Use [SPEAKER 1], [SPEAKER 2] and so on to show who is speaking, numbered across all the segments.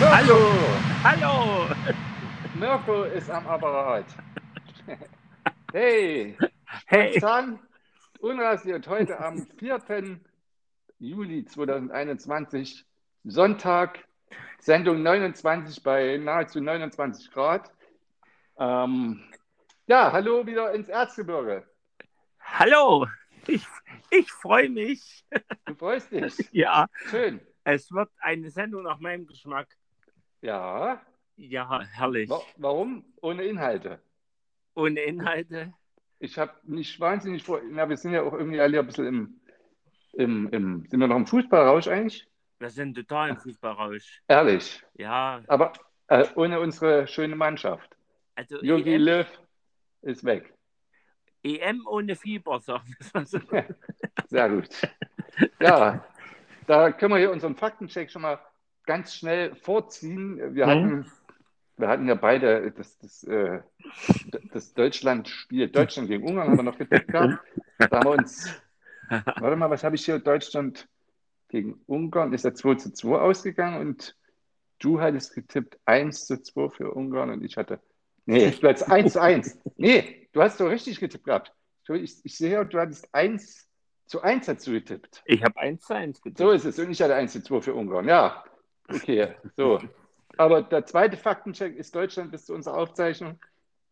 [SPEAKER 1] Hallo!
[SPEAKER 2] Hallo!
[SPEAKER 1] Mirko ist am Apparat. hey!
[SPEAKER 2] Hey!
[SPEAKER 1] Zahn unrasiert heute am 4. Juli 2021, Sonntag, Sendung 29 bei nahezu 29 Grad. Ähm, ja, hallo wieder ins Erzgebirge.
[SPEAKER 2] Hallo! Ich, ich freue mich.
[SPEAKER 1] Du freust dich.
[SPEAKER 2] Ja,
[SPEAKER 1] Schön.
[SPEAKER 2] es wird eine Sendung nach meinem Geschmack.
[SPEAKER 1] Ja.
[SPEAKER 2] Ja, herrlich.
[SPEAKER 1] Wa- Warum? Ohne Inhalte.
[SPEAKER 2] Ohne Inhalte.
[SPEAKER 1] Ich habe nicht wahnsinnig vor. Na, wir sind ja auch irgendwie alle ein bisschen im, im, im. Sind wir noch im Fußballrausch eigentlich?
[SPEAKER 2] Wir sind total im Fußballrausch.
[SPEAKER 1] Ehrlich.
[SPEAKER 2] Ja,
[SPEAKER 1] Aber äh, ohne unsere schöne Mannschaft.
[SPEAKER 2] also
[SPEAKER 1] Jogi
[SPEAKER 2] EM,
[SPEAKER 1] Löw ist weg.
[SPEAKER 2] EM ohne Fieber, sagen wir es mal so.
[SPEAKER 1] Sehr gut. Ja, da können wir hier unseren Faktencheck schon mal ganz schnell vorziehen. Wir
[SPEAKER 2] Mhm.
[SPEAKER 1] hatten, wir hatten ja beide das, das, äh, das Deutschland-Spiel, Deutschland gegen Ungarn haben wir noch getippt gehabt. Da haben wir uns, warte mal, was habe ich hier? Deutschland gegen Ungarn ist ja 2 zu 2 ausgegangen und du hattest getippt 1 zu 2 für Ungarn und ich hatte, nee, Platz 1 zu 1. Nee, du hast doch richtig getippt gehabt. Ich, ich sehe, du hattest 1 zu 1 dazu getippt.
[SPEAKER 2] Ich habe 1 zu 1
[SPEAKER 1] So
[SPEAKER 2] getippt.
[SPEAKER 1] ist es. Und ich hatte 1 zu 2 für Ungarn. Ja, okay. So. Aber der zweite Faktencheck ist Deutschland bis zu unserer Aufzeichnung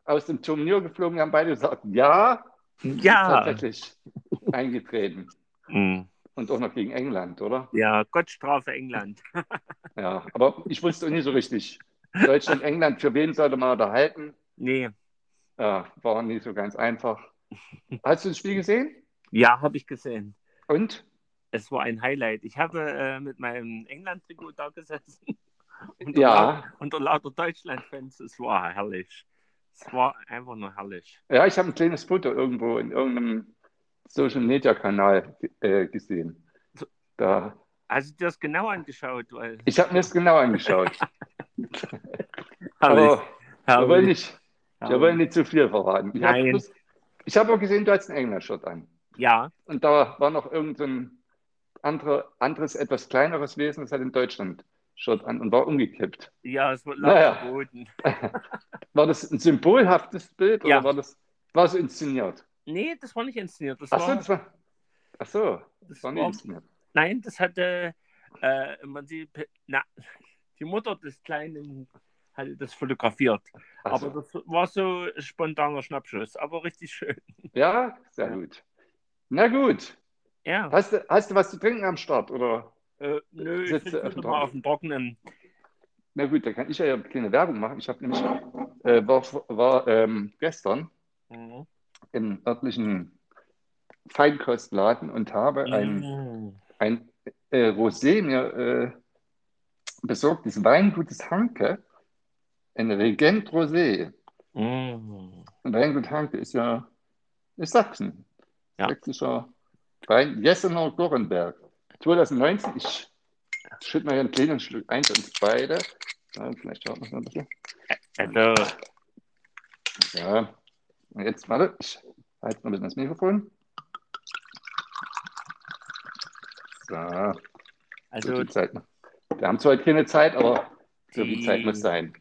[SPEAKER 1] aus dem Turnier geflogen. Wir haben beide gesagt, ja,
[SPEAKER 2] Ja,
[SPEAKER 1] tatsächlich eingetreten.
[SPEAKER 2] Mm.
[SPEAKER 1] Und auch noch gegen England, oder?
[SPEAKER 2] ja, Gott strafe England.
[SPEAKER 1] Ja, aber ich wusste auch nie so richtig. Deutschland, England, für wen sollte man da halten?
[SPEAKER 2] Nee,
[SPEAKER 1] Ja, war nicht so ganz einfach. Hast du das Spiel gesehen?
[SPEAKER 2] ja, habe ich gesehen.
[SPEAKER 1] Und?
[SPEAKER 2] Es war ein Highlight. Ich habe äh, mit meinem England-Trikot da gesessen. Unter,
[SPEAKER 1] Ja.
[SPEAKER 2] lau- unter lauter Deutschland-Fans. Es war herrlich. Es war einfach nur herrlich.
[SPEAKER 1] Ja, ich habe ein kleines Foto irgendwo in irgendeinem Social-Media-Kanal äh, gesehen. Da.
[SPEAKER 2] Hast du dir das genau angeschaut? Weil,
[SPEAKER 1] Ich habe mir das genau angeschaut.
[SPEAKER 2] Herrlich,
[SPEAKER 1] Aber wir wollen, nicht, wir wollen
[SPEAKER 2] herrlich.
[SPEAKER 1] nicht zu viel verraten. Ich
[SPEAKER 2] Nein.
[SPEAKER 1] habe hab auch gesehen, du hast ein England-Shirt an.
[SPEAKER 2] Ja,
[SPEAKER 1] Und da war noch irgendein so ein andere, anderes, etwas kleineres Wesen, das hat ein Deutschland-Shirt an und war umgekippt.
[SPEAKER 2] ja, es wird
[SPEAKER 1] Naja.
[SPEAKER 2] lauter geboten.
[SPEAKER 1] War das ein symbolhaftes Bild
[SPEAKER 2] Ja.
[SPEAKER 1] oder war das war so inszeniert?
[SPEAKER 2] Nee, das war nicht inszeniert. Das
[SPEAKER 1] Ach so,
[SPEAKER 2] war,
[SPEAKER 1] das war, ach so,
[SPEAKER 2] das
[SPEAKER 1] das war nicht
[SPEAKER 2] war,
[SPEAKER 1] inszeniert.
[SPEAKER 2] nein, das hatte äh, im Prinzip, na, die Mutter des Kleinen hatte das fotografiert.
[SPEAKER 1] Ach
[SPEAKER 2] Aber
[SPEAKER 1] so.
[SPEAKER 2] das war so ein spontaner Schnappschuss, aber richtig schön.
[SPEAKER 1] Ja, sehr
[SPEAKER 2] Ja.
[SPEAKER 1] gut. Na gut.
[SPEAKER 2] Ja.
[SPEAKER 1] Hast du, hast du was zu trinken am Start? Oder?
[SPEAKER 2] Äh, nö, ich
[SPEAKER 1] Sitzt
[SPEAKER 2] sitze
[SPEAKER 1] du auf dem
[SPEAKER 2] mal auf dem Trockenen.
[SPEAKER 1] Na gut, da kann ich ja keine Werbung machen. Ich habe nämlich äh, war, war ähm, gestern
[SPEAKER 2] Mhm.
[SPEAKER 1] im örtlichen Feinkostladen und habe
[SPEAKER 2] Mhm.
[SPEAKER 1] ein,
[SPEAKER 2] Mm.
[SPEAKER 1] ein äh, Rosé mir äh, besorgt, das Weingutes Hanke, ein Regent Rosé.
[SPEAKER 2] Mhm.
[SPEAKER 1] Und Weingut Hanke ist ja ist Sachsen,
[SPEAKER 2] Ja.
[SPEAKER 1] sächsischer Wein, Jessener Gorenberg. 2019, ich schütte mal hier einen kleinen Schluck ein, sonst beide. Ja, vielleicht schaut man noch ein bisschen.
[SPEAKER 2] Also,
[SPEAKER 1] Ja, und jetzt warte, ich halte noch ein bisschen das Mikrofon. So, so
[SPEAKER 2] also
[SPEAKER 1] viel Zeit noch. Wir haben zwar keine Zeit, aber so viel
[SPEAKER 2] Die-
[SPEAKER 1] Zeit muss sein.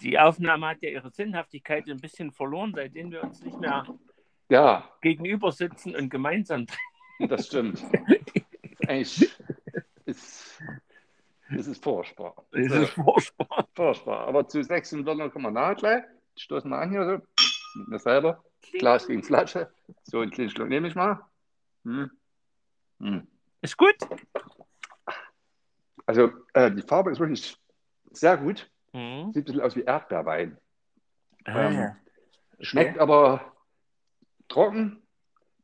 [SPEAKER 2] die Aufnahme hat ja ihre Sinnhaftigkeit ein bisschen verloren, seitdem wir uns nicht mehr
[SPEAKER 1] Ja,
[SPEAKER 2] gegenüber sitzen und gemeinsam trinken.
[SPEAKER 1] das stimmt. Eigentlich ist, ist es furchtbar.
[SPEAKER 2] Das
[SPEAKER 1] So.
[SPEAKER 2] ist furchtbar.
[SPEAKER 1] Furchtbar. Aber zu 600 kommen wir nahe gleich. Stoßen wir an hier so. Mit mir selber. Glas gegen Flasche. So einen kleinen Schluck nehme ich mal. Hm. Hm.
[SPEAKER 2] Ist gut?
[SPEAKER 1] Also äh, die Farbe ist wirklich sehr gut.
[SPEAKER 2] Mhm.
[SPEAKER 1] Sieht ein bisschen aus wie Erdbeerwein.
[SPEAKER 2] Ah,
[SPEAKER 1] Ähm,
[SPEAKER 2] ja.
[SPEAKER 1] Schmeckt aber trocken.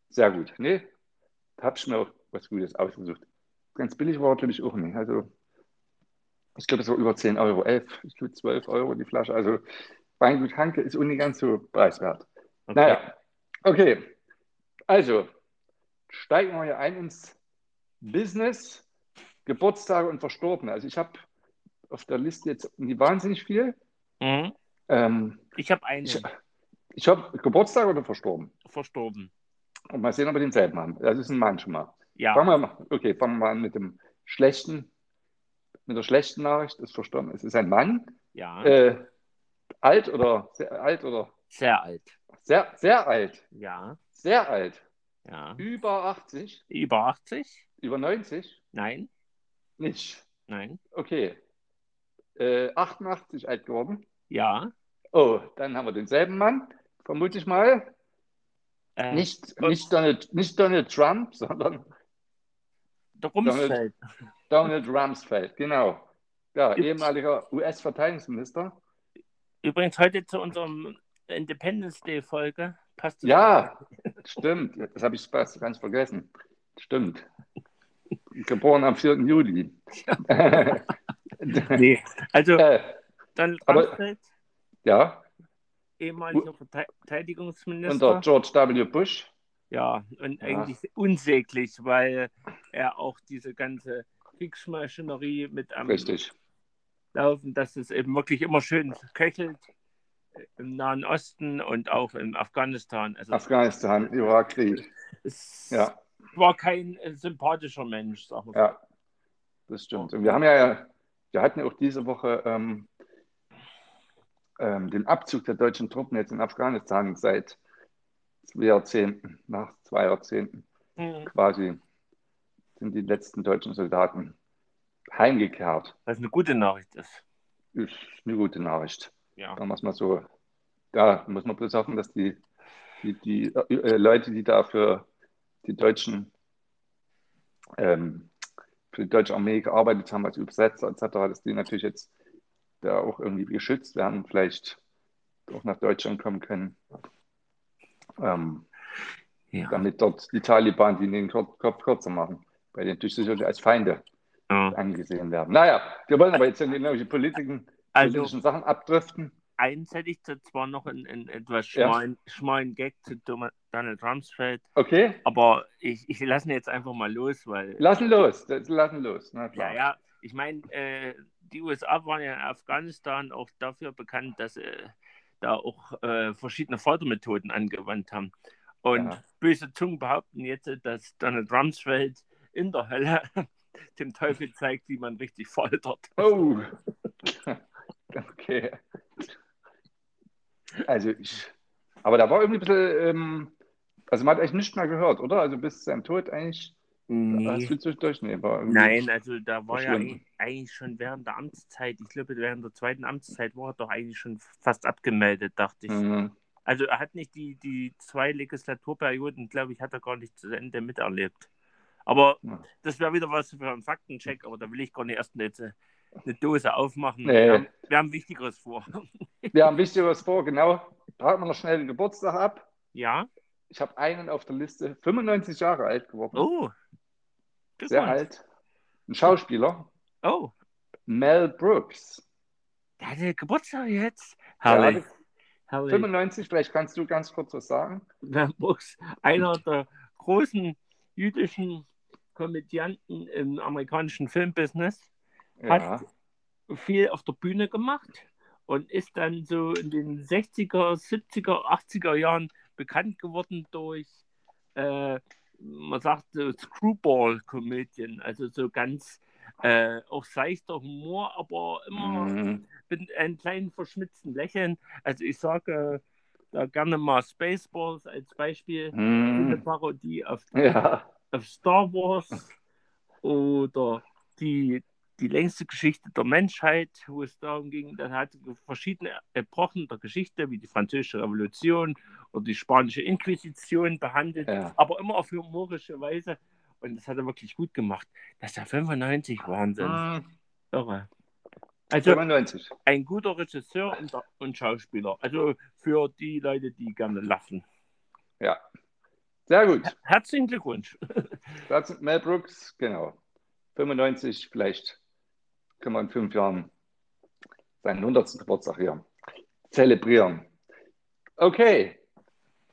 [SPEAKER 1] Sehr gut. Nee, hab ich mir auch was Gutes ausgesucht. Ganz billig war, glaube ich, auch nicht. Also, ich glaube, es war über 10 Euro, 11, ich glaube 12 Euro die Flasche. Also, Weingut Hanke ist auch nicht ganz so preiswert.
[SPEAKER 2] okay.
[SPEAKER 1] Naja, okay. Also, steigen wir hier ein ins Business, Geburtstage und Verstorbene. Also, ich habe auf der Liste jetzt nicht wahnsinnig viel.
[SPEAKER 2] Mhm.
[SPEAKER 1] Ähm,
[SPEAKER 2] Ich habe einen
[SPEAKER 1] ich ich habe Geburtstag oder verstorben.
[SPEAKER 2] verstorben.
[SPEAKER 1] Und mal sehen, ob wir denselben haben. Das ist ein Mann schon mal.
[SPEAKER 2] Ja,
[SPEAKER 1] Fangen wir mal, okay, fangen wir mal an mit dem schlechten. mit der schlechten Nachricht, ist verstorben. Es ist ein Mann,
[SPEAKER 2] Ja,
[SPEAKER 1] äh, alt oder sehr alt oder
[SPEAKER 2] sehr alt.
[SPEAKER 1] sehr, sehr alt,
[SPEAKER 2] Ja,
[SPEAKER 1] sehr alt,
[SPEAKER 2] ja.
[SPEAKER 1] über 80,
[SPEAKER 2] Über 80?
[SPEAKER 1] über 90,
[SPEAKER 2] Nein,
[SPEAKER 1] nicht.
[SPEAKER 2] nein.
[SPEAKER 1] Okay. Äh, 88 alt geworden.
[SPEAKER 2] Ja.
[SPEAKER 1] Oh, dann haben wir denselben Mann, vermute ich mal.
[SPEAKER 2] Äh,
[SPEAKER 1] Nicht,
[SPEAKER 2] und-
[SPEAKER 1] nicht, Donald, nicht Donald Trump, sondern
[SPEAKER 2] Der Rumsfeld.
[SPEAKER 1] Donald Rumsfeld, genau. Ja,
[SPEAKER 2] Ups.
[SPEAKER 1] ehemaliger US-Verteidigungsminister.
[SPEAKER 2] Übrigens heute zu unserem Independence Day Folge. Passt das?
[SPEAKER 1] Ja, stimmt. Das habe ich fast ganz vergessen. Stimmt. Geboren am 4. Juli.
[SPEAKER 2] Nee. Also
[SPEAKER 1] äh,
[SPEAKER 2] Donald
[SPEAKER 1] aber-
[SPEAKER 2] Rumsfeld,
[SPEAKER 1] ja,
[SPEAKER 2] ehemaliger Verte-
[SPEAKER 1] unter
[SPEAKER 2] Verteidigungsminister.
[SPEAKER 1] George W. Bush.
[SPEAKER 2] Ja, und
[SPEAKER 1] Ja.
[SPEAKER 2] eigentlich unsäglich, weil er auch diese ganze Kriegsmaschinerie mit am
[SPEAKER 1] Richtig.
[SPEAKER 2] Laufen, dass es eben wirklich immer schön köchelt äh, im Nahen Osten und auch in Afghanistan. Also
[SPEAKER 1] Afghanistan, Irakkrieg.
[SPEAKER 2] es
[SPEAKER 1] Ja,
[SPEAKER 2] war kein äh, sympathischer Mensch, sagen wir
[SPEAKER 1] ja, das stimmt. Und wir haben ja, wir hatten ja auch diese Woche ähm, ähm, den Abzug der deutschen Truppen jetzt in Afghanistan seit zwei Jahrzehnten, nach zwei Jahrzehnten.
[SPEAKER 2] so. Hm,
[SPEAKER 1] quasi sind die letzten deutschen Soldaten heimgekehrt.
[SPEAKER 2] Was eine gute Nachricht ist.
[SPEAKER 1] Ist eine gute Nachricht.
[SPEAKER 2] Ja.
[SPEAKER 1] Da muss man so, da muss man bloß hoffen, dass die, die, die äh, Leute, die da für die deutschen, ähm, für die deutsche Armee gearbeitet haben als Übersetzer etc., dass die natürlich jetzt da auch irgendwie geschützt werden, vielleicht auch nach Deutschland kommen können. Ähm,
[SPEAKER 2] Ja.
[SPEAKER 1] damit dort die Taliban, die den Kor- Kopf kürzer machen, weil die natürlich sicherlich als Feinde
[SPEAKER 2] Ja.
[SPEAKER 1] angesehen werden. Naja, wir wollen aber jetzt in irgendwelche Politiken,
[SPEAKER 2] Also
[SPEAKER 1] politischen Sachen abdriften.
[SPEAKER 2] eins hätte ich zu- zwar noch einen, einen etwas
[SPEAKER 1] Ja.
[SPEAKER 2] schmalen, schmalen Gag zu Doma- Donald Rumsfeld,
[SPEAKER 1] Okay,
[SPEAKER 2] aber ich, ich lasse ihn jetzt einfach mal los, weil
[SPEAKER 1] lassen los, das- lassen los. Na
[SPEAKER 2] Ja,
[SPEAKER 1] klar.
[SPEAKER 2] ja. Ich meine, äh, die USA waren ja in Afghanistan auch dafür bekannt, dass äh, da auch äh, verschiedene Foltermethoden angewandt haben. Und
[SPEAKER 1] Ja.
[SPEAKER 2] böse Zungen behaupten jetzt, dass Donald Rumsfeld in der Hölle dem Teufel zeigt, wie man richtig foltert.
[SPEAKER 1] Oh, okay. Also, ich, aber da war irgendwie ein bisschen, ähm, also man hat eigentlich nichts mehr gehört, oder? Also bis sein Tod eigentlich, das
[SPEAKER 2] Nee.
[SPEAKER 1] wird zwischendurch nicht, war irgendwie-
[SPEAKER 2] Nein, also da war ja
[SPEAKER 1] verschwunden.
[SPEAKER 2] eigentlich- eigentlich schon während der Amtszeit, ich glaube während der zweiten Amtszeit war er doch eigentlich schon fast abgemeldet, dachte ich.
[SPEAKER 1] Mhm.
[SPEAKER 2] Also er hat nicht die, die zwei Legislaturperioden, glaube ich, hat er gar nicht zu Ende miterlebt. Aber
[SPEAKER 1] Ja.
[SPEAKER 2] das wäre wieder was für einen Faktencheck, aber da will ich gar nicht erst jetzt eine, eine Dose aufmachen.
[SPEAKER 1] Nee.
[SPEAKER 2] Wir, haben, wir haben Wichtigeres vor.
[SPEAKER 1] Wir haben Wichtigeres vor, genau. Haken wir noch schnell den Geburtstag ab.
[SPEAKER 2] ja?
[SPEAKER 1] Ich habe einen auf der Liste, 95 Jahre alt geworden,
[SPEAKER 2] Oh. Glückwunsch.
[SPEAKER 1] sehr alt. Ein Schauspieler,
[SPEAKER 2] Oh,
[SPEAKER 1] Mel Brooks.
[SPEAKER 2] der hatte Geburtstag jetzt.
[SPEAKER 1] Der
[SPEAKER 2] Herrlich.
[SPEAKER 1] hatte
[SPEAKER 2] Herrlich.
[SPEAKER 1] 95, vielleicht kannst du ganz kurz was sagen.
[SPEAKER 2] Wer wuchs? Einer der großen jüdischen Komödianten im amerikanischen Filmbusiness. Hat- viel auf der Bühne gemacht und ist dann so in den 60er, 70er, 80er Jahren bekannt geworden durch, äh, man sagt, so Screwball-Komödien, also so ganz äh, auch seichter Humor, aber immer
[SPEAKER 1] Mhm.
[SPEAKER 2] mit einem kleinen verschmitzten Lächeln. Also ich sage da gerne mal Spaceballs als Beispiel, eine
[SPEAKER 1] Mhm.
[SPEAKER 2] Parodie auf
[SPEAKER 1] Ja,
[SPEAKER 2] auf Star Wars oder die, die längste Geschichte der Menschheit, wo es darum ging, dann hat verschiedene Epochen der Geschichte, wie die Französische Revolution oder die Spanische Inquisition behandelt,
[SPEAKER 1] ja.
[SPEAKER 2] aber immer auf humorische Weise. Und das hat er wirklich gut gemacht. Das ist ja 95 Wahnsinn.
[SPEAKER 1] Mhm.
[SPEAKER 2] Irre. Also
[SPEAKER 1] 95.
[SPEAKER 2] ein guter Regisseur und, und Schauspieler. Also für die Leute, die gerne lachen.
[SPEAKER 1] Sehr gut.
[SPEAKER 2] Herzlichen Glückwunsch.
[SPEAKER 1] Das sind Mel Brooks, genau. 95, vielleicht können wir in fünf Jahren seinen 100. Geburtstag hier zelebrieren. Okay.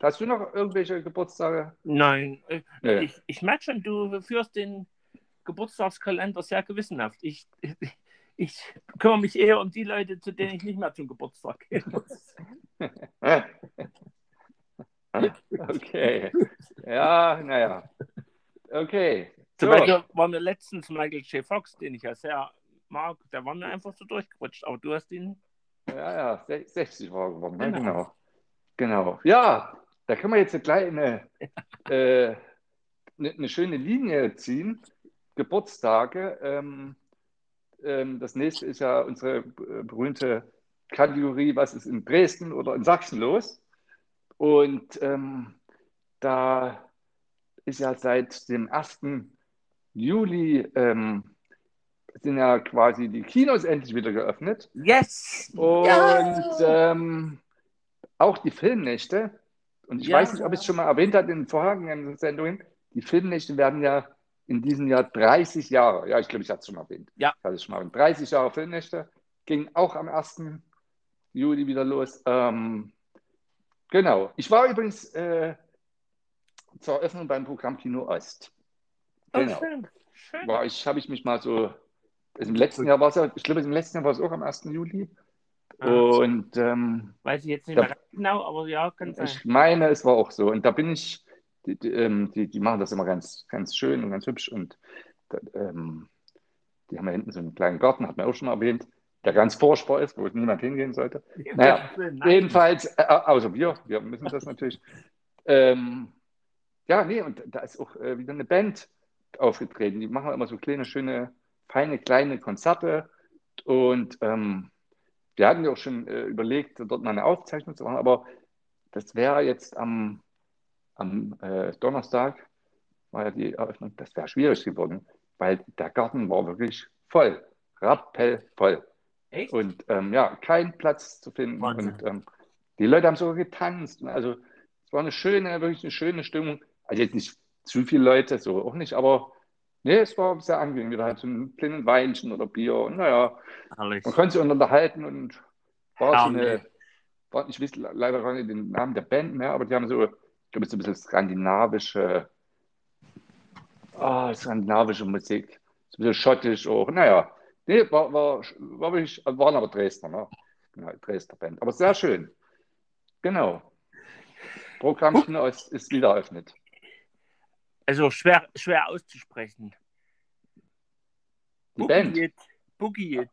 [SPEAKER 1] Hast du noch irgendwelche Geburtstage?
[SPEAKER 2] Nein,
[SPEAKER 1] Nee.
[SPEAKER 2] Ich, ich merke schon, du führst den Geburtstagskalender sehr gewissenhaft. Ich, ich kümmere mich eher um die Leute, zu denen ich nicht mehr zum Geburtstag gehen muss.
[SPEAKER 1] Okay. Ja, naja. Okay.
[SPEAKER 2] Zum
[SPEAKER 1] So.
[SPEAKER 2] Beispiel war mir letztens Michael J. Fox, den ich ja sehr Mark, der war mir einfach so durchgerutscht. Aber du hast ihn.
[SPEAKER 1] Ja, ja, sech- 60 war er geworden. Ja, genau. Genau. Ja, da können wir jetzt gleich eine, äh, eine, eine schöne Linie ziehen. Geburtstage. Ähm, ähm, das nächste ist ja unsere äh, berühmte Kategorie, was ist in Dresden oder in Sachsen los? Und ähm, da ist ja seit dem 1. Juli ähm, sind ja quasi die Kinos endlich wieder geöffnet.
[SPEAKER 2] Yes!
[SPEAKER 1] Und
[SPEAKER 2] Ja!
[SPEAKER 1] ähm, auch die Filmnächte. Und ich
[SPEAKER 2] Ja.
[SPEAKER 1] weiß nicht, ob ich es schon mal erwähnt habe in den vorherigen Sendungen. Die Filmnächte werden ja in diesem Jahr 30 Jahre. Ja, ich glaube, ich hatte es schon mal erwähnt.
[SPEAKER 2] Ja.
[SPEAKER 1] Ich hatte es schon mal erwähnt. 30 Jahre Filmnächte. Ging auch am 1. Juli wieder los. Ähm, genau. Ich war übrigens äh, zur Eröffnung beim Programm Kino Ost. Genau.
[SPEAKER 2] Oh, schön. schön.
[SPEAKER 1] War ich, habe ich mich mal so. Im letzten Jahr war es ja, ich glaube, im letzten Jahr war es auch am 1. Juli.
[SPEAKER 2] Ah,
[SPEAKER 1] Und ähm,
[SPEAKER 2] weiß ich jetzt nicht
[SPEAKER 1] da-
[SPEAKER 2] mehr ganz genau, aber ja, kann sein.
[SPEAKER 1] ich meine, es war auch so. Und da bin ich, die, die, ähm, die, die machen das immer ganz, ganz schön und ganz hübsch. Und da, ähm, die haben ja hinten so einen kleinen Garten, hat man auch schon mal erwähnt, der ganz furchtbar ist, wo niemand hingehen sollte. naja,
[SPEAKER 2] Nein.
[SPEAKER 1] Jedenfalls, äh, außer wir, wir müssen das natürlich. Ähm, ja, nee, und da ist auch äh, wieder eine Band aufgetreten. Die machen immer so kleine, schöne, feine, kleine Konzerte. Und ähm, wir hatten ja auch schon äh, überlegt, dort mal eine Aufzeichnung zu machen, aber das wäre jetzt am, am äh, Donnerstag, war ja die Eröffnung, das wäre schwierig geworden, weil der Garten war wirklich voll, rappelvoll.
[SPEAKER 2] Echt?
[SPEAKER 1] Und ähm, ja, kein Platz zu finden.
[SPEAKER 2] Wahnsinn.
[SPEAKER 1] Und ähm, die Leute haben sogar getanzt. Also es war eine schöne, wirklich eine schöne Stimmung. Also jetzt nicht zu viele Leute, so auch nicht, aber nee, es war sehr angenehm. Wir hatten so einen kleinen Weinchen oder Bier und naja,
[SPEAKER 2] Herrlich.
[SPEAKER 1] man konnte sich unterhalten und war so eine,
[SPEAKER 2] Herrlich.
[SPEAKER 1] war, ich weiß leider gar nicht den Namen der Band mehr, aber die haben so, ich glaube, so ein bisschen skandinavische, ah, skandinavische Musik, so ein bisschen schottisch auch, naja, nee, war, war, war wirklich, also waren aber Dresdner, ne? Genau, Dresdner Band, aber sehr schön, genau. Programm Kino Ost ist wieder eröffnet.
[SPEAKER 2] Also schwer, schwer auszusprechen.
[SPEAKER 1] Die Band.
[SPEAKER 2] Bugiet. Bugiet.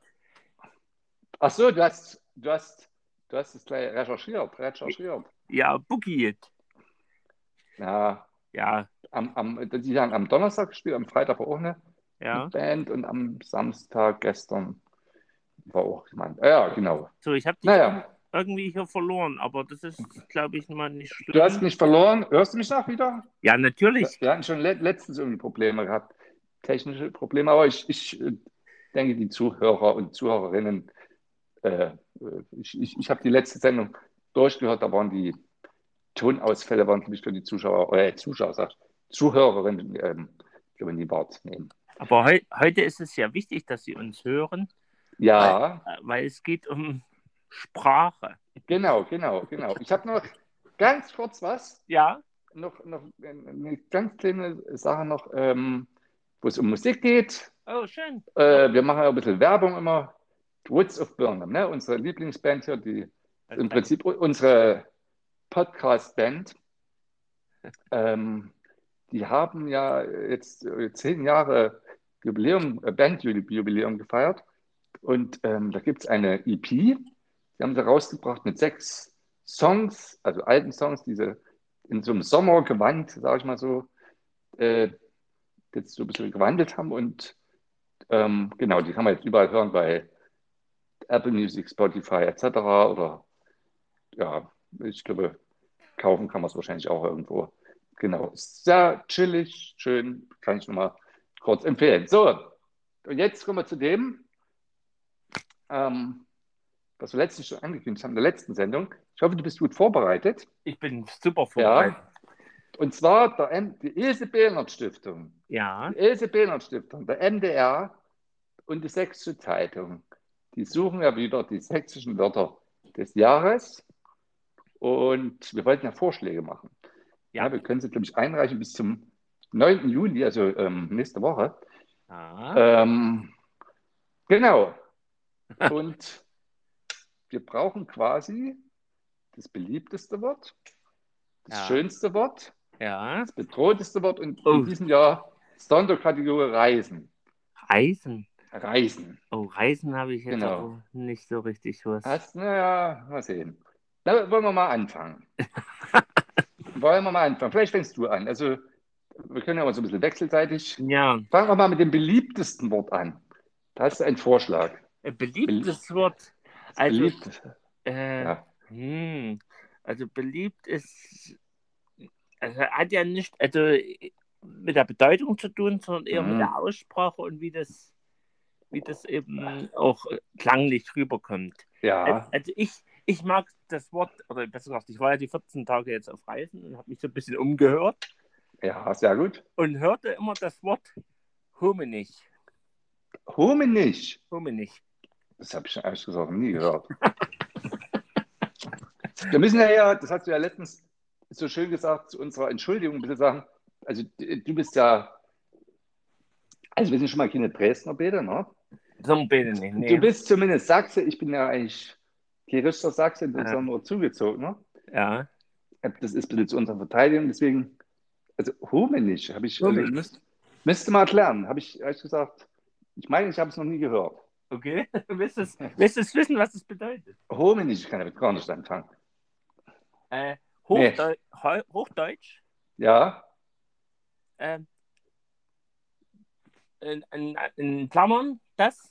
[SPEAKER 1] Ach so, du hast, du hast, du hast es gleich recherchiert, recherchiert.
[SPEAKER 2] Ja, Bugiet.
[SPEAKER 1] Ja,
[SPEAKER 2] Ja,
[SPEAKER 1] am, am, die haben am Donnerstag gespielt, am Freitag war auch eine
[SPEAKER 2] ja.
[SPEAKER 1] Band und am Samstag gestern war auch jemand. Ja, genau.
[SPEAKER 2] So, ich habe dich
[SPEAKER 1] Naja,
[SPEAKER 2] irgendwie hier verloren, aber das ist, glaube ich, mal nicht schlimm.
[SPEAKER 1] du hast mich verloren. Hörst du mich nach wieder?
[SPEAKER 2] ja, natürlich.
[SPEAKER 1] Wir hatten schon le letztens irgendwie Probleme gehabt, technische Probleme, aber ich, ich äh, denke, die Zuhörer und Zuhörerinnen, äh, äh, ich, ich, ich habe die letzte Sendung durchgehört, da waren die Tonausfälle, waren glaube ich für die Zuschauer, äh, Zuschauer, sag ich, Zuhörerinnen, ähm, ich glaube, in die Bart nehmen.
[SPEAKER 2] Aber heu heute ist es ja wichtig, dass Sie uns hören,
[SPEAKER 1] Ja.
[SPEAKER 2] äh, weil es geht um Sprache.
[SPEAKER 1] Genau, genau, genau. Ich habe noch ganz kurz was,
[SPEAKER 2] Ja,
[SPEAKER 1] noch, noch eine ganz kleine Sache noch, ähm, wo es um Musik geht.
[SPEAKER 2] oh, schön.
[SPEAKER 1] Äh, wir machen ja ein bisschen Werbung immer. Woods of Burnham, ne? unsere Lieblingsband hier, die
[SPEAKER 2] Also
[SPEAKER 1] im Prinzip u- unsere Podcast-Band. Ähm, die haben ja jetzt äh, zehn Jahre Jubiläum, äh, Bandjubiläum gefeiert. Und ähm, da gibt es eine EP, die haben sie rausgebracht mit sechs Songs, also alten Songs, diese in so einem Sommergewand, sage ich mal so, äh, jetzt so ein bisschen gewandelt haben. Und ähm, genau, die kann man jetzt überall hören bei Apple Music, Spotify etc. Oder ja, ich glaube, kaufen kann man es wahrscheinlich auch irgendwo. Genau, ist sehr chillig, schön, kann ich nochmal kurz empfehlen. So, und jetzt kommen wir zu dem, ähm, was wir letztens schon angekündigt haben, in der letzten Sendung. Ich hoffe, du bist gut vorbereitet.
[SPEAKER 2] Ich bin super vorbereitet.
[SPEAKER 1] Ja. Und zwar der, M- die Ilse Behlert Stiftung.
[SPEAKER 2] Ja.
[SPEAKER 1] Die Ilse Behlert Stiftung, der MDR und die Sächsische Zeitung. Die suchen ja wieder die sächsischen Wörter des Jahres. Und wir wollten ja Vorschläge machen.
[SPEAKER 2] Ja.
[SPEAKER 1] Ja, wir können sie, glaube ich, einreichen bis zum 9. Juli, also ähm, nächste Woche.
[SPEAKER 2] ja.
[SPEAKER 1] Ähm, genau. Und wir brauchen quasi das beliebteste Wort, das
[SPEAKER 2] Ja.
[SPEAKER 1] schönste Wort,
[SPEAKER 2] ja.
[SPEAKER 1] das bedrohteste Wort und
[SPEAKER 2] Oh.
[SPEAKER 1] in diesem Jahr Sonderkategorie Reisen.
[SPEAKER 2] Reisen.
[SPEAKER 1] Reisen.
[SPEAKER 2] Oh, Reisen habe ich jetzt
[SPEAKER 1] Genau.
[SPEAKER 2] auch nicht so richtig was.
[SPEAKER 1] Hast, naja, mal sehen. Da wollen wir mal anfangen. wollen wir mal anfangen. Vielleicht fängst du an. Also, wir können ja mal so ein bisschen wechselseitig.
[SPEAKER 2] Ja,
[SPEAKER 1] Fangen wir mal mit dem beliebtesten Wort an. Da hast du einen Vorschlag.
[SPEAKER 2] ein beliebtes Wort. Also,
[SPEAKER 1] Beliebt.
[SPEAKER 2] Äh,
[SPEAKER 1] Ja.
[SPEAKER 2] hm, also beliebt ist, also hat ja nicht also mit der Bedeutung zu tun, sondern eher
[SPEAKER 1] Mhm.
[SPEAKER 2] mit der Aussprache und wie das, wie das eben auch klanglich rüberkommt.
[SPEAKER 1] Ja,
[SPEAKER 2] Also ich, ich mag das Wort, oder besser gesagt, ich war ja die 14 Tage jetzt auf Reisen und habe mich so ein bisschen umgehört
[SPEAKER 1] ja, sehr gut.
[SPEAKER 2] und hörte immer das Wort Homenich.
[SPEAKER 1] Homenich.
[SPEAKER 2] Homenich.
[SPEAKER 1] Das habe ich ehrlich gesagt noch nie gehört. wir müssen ja, ja, das hast du ja letztens so schön gesagt, zu unserer Entschuldigung bitte sagen, also d- du bist ja, also wir sind schon mal keine Dresdner Bäder, ne?
[SPEAKER 2] So ein bisschen nicht.
[SPEAKER 1] Du
[SPEAKER 2] Nee.
[SPEAKER 1] bist zumindest Sachse, ich bin ja eigentlich Kirchster Sachse,
[SPEAKER 2] Ja.
[SPEAKER 1] sondern nur zugezogen, ne?
[SPEAKER 2] Ja.
[SPEAKER 1] Das ist bitte zu unserer Verteidigung, deswegen, also Homenich, habe ich, also,
[SPEAKER 2] Homenich.
[SPEAKER 1] müsst, müsste mal erklären, habe ich ehrlich gesagt, ich meine, ich habe es noch nie gehört.
[SPEAKER 2] Okay. Willst du es willst du es wissen, was es bedeutet?
[SPEAKER 1] Homenich kann ich damit gar nicht anfangen.
[SPEAKER 2] Äh, Hochdeu Heu- Hochdeutsch.
[SPEAKER 1] Ja,
[SPEAKER 2] ähm, in, in, in Klammern, das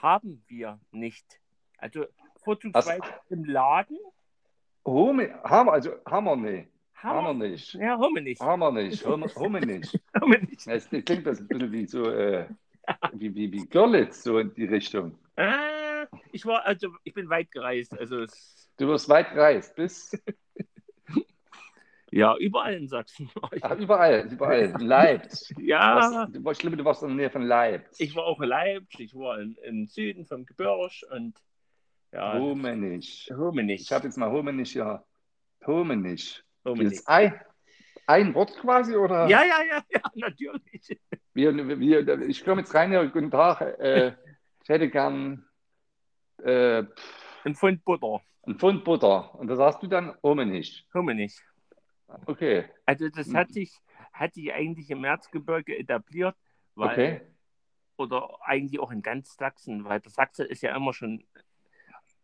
[SPEAKER 2] haben wir nicht. Also vorzugsweise im Laden
[SPEAKER 1] Homi, Hammer, also Hammer nicht.
[SPEAKER 2] haben
[SPEAKER 1] Hammer nicht. Ah.
[SPEAKER 2] wir. Ja, haben wir nicht.
[SPEAKER 1] Hammer nicht. Hom- Homi nicht.
[SPEAKER 2] Haben wir nicht.
[SPEAKER 1] Das klingt das ein bisschen wie so, äh, wie, wie, wie Görlitz, so in die Richtung.
[SPEAKER 2] Ah, ich war, also ich bin weit gereist. Also es-
[SPEAKER 1] Du wirst weit gereist, bis
[SPEAKER 2] ja, überall in Sachsen war ich.
[SPEAKER 1] ah, überall, überall. In Leipzig.
[SPEAKER 2] Ja,
[SPEAKER 1] Was, du, ich glaube, du warst in der Nähe von Leipzig.
[SPEAKER 2] ich war auch in Leipzig, ich war in, im Süden vom Gebirge und ja,
[SPEAKER 1] Home nicht.
[SPEAKER 2] haben wir nicht.
[SPEAKER 1] Ich habe jetzt mal Home nicht, ja. Home nicht.
[SPEAKER 2] Haben wir nicht.
[SPEAKER 1] Dieses ein, ein Wort quasi, oder?
[SPEAKER 2] Ja, ja, ja, ja, natürlich.
[SPEAKER 1] Wir, wir, ich komme jetzt rein, ja, guten Tag. Äh, ich hätte gern. Äh,
[SPEAKER 2] Ein Pfund Butter,
[SPEAKER 1] Ein Pfund Butter. Und da sagst du dann, Ome nicht.
[SPEAKER 2] haben wir nicht.
[SPEAKER 1] Okay,
[SPEAKER 2] Also das
[SPEAKER 1] Mhm.
[SPEAKER 2] hat sich, hat sich eigentlich im Erzgebirge etabliert, weil,
[SPEAKER 1] okay.
[SPEAKER 2] oder eigentlich auch in ganz Sachsen, weil der Sachse ist ja immer schon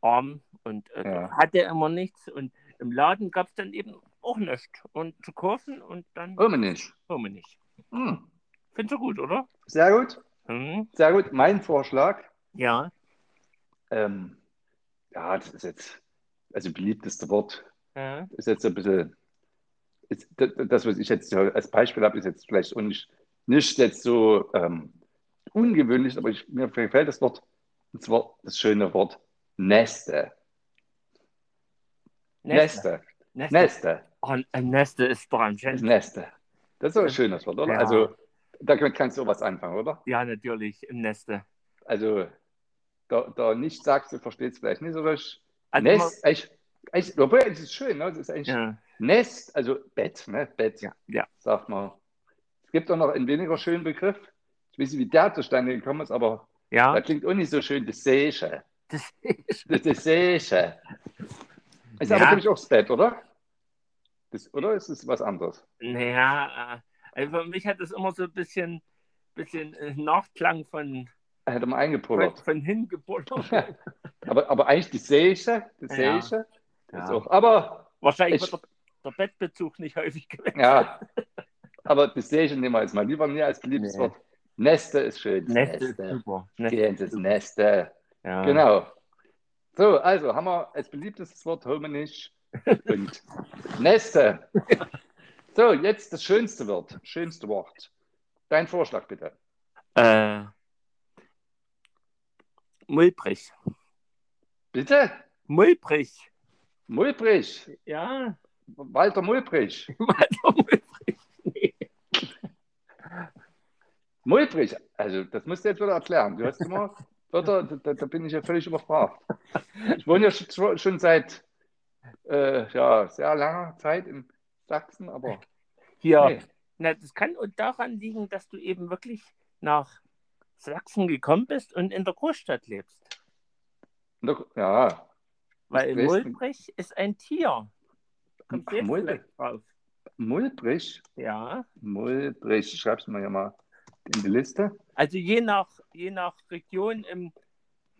[SPEAKER 2] arm und äh,
[SPEAKER 1] Ja.
[SPEAKER 2] hatte immer nichts. Und im Laden gab es dann eben auch nichts. Und zu kaufen und dann
[SPEAKER 1] Ome nicht.
[SPEAKER 2] kommen wir nicht.
[SPEAKER 1] Hm.
[SPEAKER 2] Findest du gut, oder?
[SPEAKER 1] Sehr gut,
[SPEAKER 2] Hm?
[SPEAKER 1] sehr gut. Mein Vorschlag,
[SPEAKER 2] Ja.
[SPEAKER 1] ähm, ja, das ist jetzt, also beliebteste Wort,
[SPEAKER 2] ja.
[SPEAKER 1] ist jetzt so ein bisschen, ist, das, das, was ich jetzt hier als Beispiel habe, ist jetzt vielleicht auch nicht, nicht jetzt so ähm, ungewöhnlich, aber ich, mir gefällt das Wort, und zwar das schöne Wort Neste.
[SPEAKER 2] Neste.
[SPEAKER 1] Neste.
[SPEAKER 2] Neste.
[SPEAKER 1] Neste.
[SPEAKER 2] Oh, ein Neste ist doch ein
[SPEAKER 1] Das
[SPEAKER 2] schönes.
[SPEAKER 1] Neste. Das ist doch ein schönes Wort, oder?
[SPEAKER 2] Ja.
[SPEAKER 1] Also, damit kannst du auch was anfangen, oder?
[SPEAKER 2] Ja, natürlich, im Neste.
[SPEAKER 1] Also, da, da nicht sagst, du verstehst es vielleicht nicht so richtig.
[SPEAKER 2] Also
[SPEAKER 1] Nest, echt, echt, obwohl, es ist schön, ne? Es ist eigentlich
[SPEAKER 2] man,
[SPEAKER 1] Nest, also Bett, ne? Bett,
[SPEAKER 2] ja, ja.
[SPEAKER 1] sagt man. Es gibt auch noch einen weniger schönen Begriff. Ich weiß nicht, wie der zustande gekommen ist, aber
[SPEAKER 2] Ja,
[SPEAKER 1] der klingt auch nicht so schön. Das Seche.
[SPEAKER 2] das ist.
[SPEAKER 1] Das, das Seche. Ist
[SPEAKER 2] Ja.
[SPEAKER 1] aber, glaube ich, auch das Bett, oder? Das, oder ist es was anderes?
[SPEAKER 2] Naja, äh, also für mich hat das immer so ein bisschen, bisschen äh, Nachklang von,
[SPEAKER 1] Hätte man
[SPEAKER 2] von,
[SPEAKER 1] eingepullert.
[SPEAKER 2] von hingebuddelt.
[SPEAKER 1] Ja. Aber, aber eigentlich die Seche, die
[SPEAKER 2] Ja.
[SPEAKER 1] Seche.
[SPEAKER 2] Ja.
[SPEAKER 1] Ist auch, aber
[SPEAKER 2] Wahrscheinlich
[SPEAKER 1] Ich-
[SPEAKER 2] wird der, der Bettbezug nicht häufig gewechselt.
[SPEAKER 1] Ja, aber das Station nehmen wir jetzt mal lieber mir als beliebtes
[SPEAKER 2] Nee.
[SPEAKER 1] Wort. Neste ist schön. das
[SPEAKER 2] Nest ist super. Nest.
[SPEAKER 1] Gehen Sie ins Neste.
[SPEAKER 2] Ja.
[SPEAKER 1] äh, Genau. So, also haben wir als beliebtes Wort Hominisch und Neste. So, jetzt das schönste Wort. Schönste Wort. Dein Vorschlag bitte.
[SPEAKER 2] Äh, mulbrig.
[SPEAKER 1] Bitte?
[SPEAKER 2] Mulbrig.
[SPEAKER 1] Mulbrich.
[SPEAKER 2] Ja.
[SPEAKER 1] Walter Mulbrich.
[SPEAKER 2] Walter Mulbrig.
[SPEAKER 1] Mulbrich. Also, das musst du jetzt wieder erklären. Du hast immer Wörter, da, da bin ich ja völlig überfragt. Ich wohne ja schon, schon seit äh, ja, sehr langer Zeit in Sachsen, aber
[SPEAKER 2] Ja.
[SPEAKER 1] nee.
[SPEAKER 2] Na, das kann auch daran liegen, dass du eben wirklich nach Sachsen gekommen bist und in der Großstadt lebst.
[SPEAKER 1] Doch, ja,
[SPEAKER 2] Weil
[SPEAKER 1] Dresden-
[SPEAKER 2] Mulbrich ist ein Tier. Kommt
[SPEAKER 1] Ach,
[SPEAKER 2] jetzt
[SPEAKER 1] Mulbrich.
[SPEAKER 2] vielleicht drauf.
[SPEAKER 1] Mulbrich.
[SPEAKER 2] Ja.
[SPEAKER 1] Mulbrich, schreib's mir ja mal. in die Liste?
[SPEAKER 2] Also je nach, je nach Region im,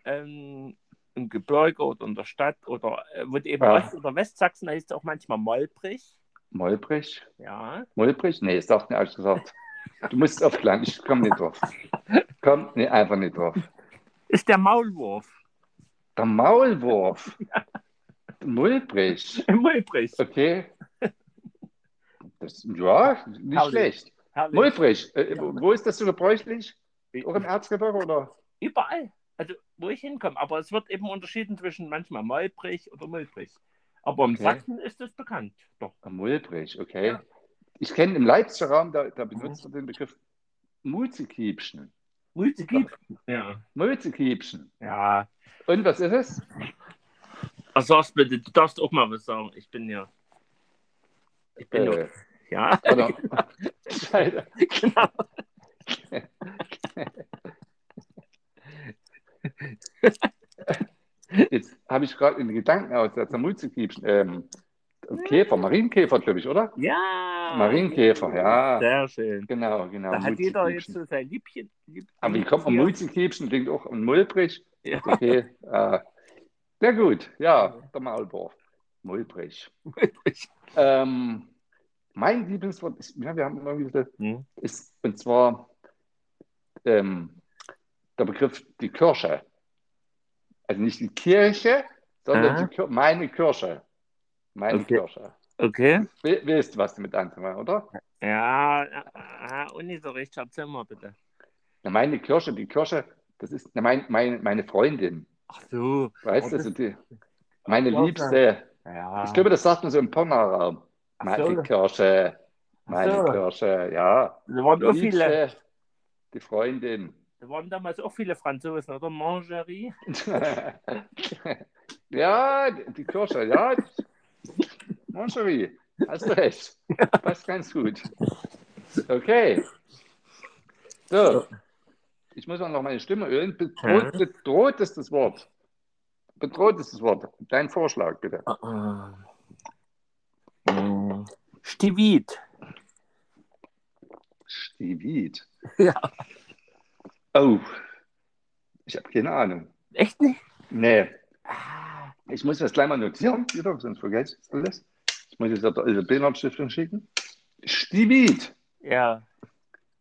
[SPEAKER 2] ähm, im Gebirge oder in der Stadt oder äh, wird eben
[SPEAKER 1] Ja.
[SPEAKER 2] Ost- oder Westsachsen heißt es auch manchmal Molbrich.
[SPEAKER 1] Molbrich?
[SPEAKER 2] Ja.
[SPEAKER 1] Molbrich? Nee, sagt mir ehrlich gesagt. Du musst auf Klang, ich komme nicht drauf. Komm nee, einfach nicht drauf.
[SPEAKER 2] Ist der Maulwurf.
[SPEAKER 1] Der Maulwurf. Molbrich.
[SPEAKER 2] Molbrich.
[SPEAKER 1] Okay. Das, ja, nicht
[SPEAKER 2] Herrlich.
[SPEAKER 1] schlecht.
[SPEAKER 2] Herrlich.
[SPEAKER 1] Molbrich, äh,
[SPEAKER 2] Ja.
[SPEAKER 1] wo ist das so gebräuchlich? Auch im Erzgebirge oder?
[SPEAKER 2] Überall. Also wo ich hinkomme. Aber es wird eben unterschieden zwischen manchmal Molbrich oder Molbrich. Aber im
[SPEAKER 1] Okay.
[SPEAKER 2] Sachsen ist es bekannt. Doch.
[SPEAKER 1] Ah, Mulbrich, okay.
[SPEAKER 2] Ja. Mhm.
[SPEAKER 1] Ich kenne im Leipziger Raum, da, da benutzt man den Begriff Multikiebchen.
[SPEAKER 2] Multigieb. Ja.
[SPEAKER 1] Multikiebchen.
[SPEAKER 2] Ja.
[SPEAKER 1] Und was ist es?
[SPEAKER 2] Ach, sag's bitte, du darfst auch mal was sagen. Ich bin ja. Ich bin ja.
[SPEAKER 1] Äh,
[SPEAKER 2] Ja.
[SPEAKER 1] oder, Scheiße.
[SPEAKER 2] Genau.
[SPEAKER 1] Jetzt habe ich gerade einen Gedanken aus, dass der Multikiebchen, ähm, Käfer, Marienkäfer, glaube ich, oder?
[SPEAKER 2] Ja.
[SPEAKER 1] Marienkäfer, ja.
[SPEAKER 2] Sehr schön.
[SPEAKER 1] Genau, genau.
[SPEAKER 2] Ah, Da hat jeder jetzt
[SPEAKER 1] Multikiebchen.
[SPEAKER 2] so sein Liebchen. Lieb
[SPEAKER 1] Aber wie kommt man
[SPEAKER 2] Tier.
[SPEAKER 1] Multikiebchen? Klingt auch an Mulbrich.
[SPEAKER 2] Ja.
[SPEAKER 1] Okay. äh, sehr gut, ja, der Maulwurf. Mulbrich. Ähm, mein Lieblingswort ist, ja, wir haben immer wieder,
[SPEAKER 2] Hm?
[SPEAKER 1] ist, und zwar ähm, der Begriff die Kirche. Also nicht die Kirche, sondern
[SPEAKER 2] Aha.
[SPEAKER 1] die Kir meine Kirche. Meine
[SPEAKER 2] Okay.
[SPEAKER 1] Kirche.
[SPEAKER 2] Okay.
[SPEAKER 1] We weißt du, was damit anfangen, oder?
[SPEAKER 2] Ja, aha, und nicht so recht. Erzähl mal bitte.
[SPEAKER 1] Na, meine Kirche, die Kirche, das ist na, mein, mein, meine Freundin.
[SPEAKER 2] Ach so.
[SPEAKER 1] Weißt du,
[SPEAKER 2] Das
[SPEAKER 1] also die, meine
[SPEAKER 2] Kirche.
[SPEAKER 1] Liebste.
[SPEAKER 2] Ja.
[SPEAKER 1] Ich glaube, das sagt man so im Pongerraum.
[SPEAKER 2] Ach
[SPEAKER 1] Meine
[SPEAKER 2] so.
[SPEAKER 1] Kirche, meine
[SPEAKER 2] so.
[SPEAKER 1] Kirche, ja.
[SPEAKER 2] Da waren, auch viele,
[SPEAKER 1] Liebste, die Freundin.
[SPEAKER 2] da waren damals auch viele Franzosen, oder? Mangerie.
[SPEAKER 1] ja, die Kirsche, ja. Moncherie, hast du recht. Passt ganz gut. Okay. So. Ich muss auch noch meine Stimme ölen. Bedroht, bedroht ist das Wort. Bedroht ist das Wort. Dein Vorschlag, bitte. ah.
[SPEAKER 2] Hm. Stivit.
[SPEAKER 1] Stivit.
[SPEAKER 2] Ja.
[SPEAKER 1] Oh. Ich habe keine Ahnung.
[SPEAKER 2] Echt nicht?
[SPEAKER 1] Nee.
[SPEAKER 2] Ah,
[SPEAKER 1] Ich muss das gleich mal notieren, Peter, sonst vergesse ich alles. Ich muss jetzt der Elbe stiftung schicken. Stivid.
[SPEAKER 2] Ja.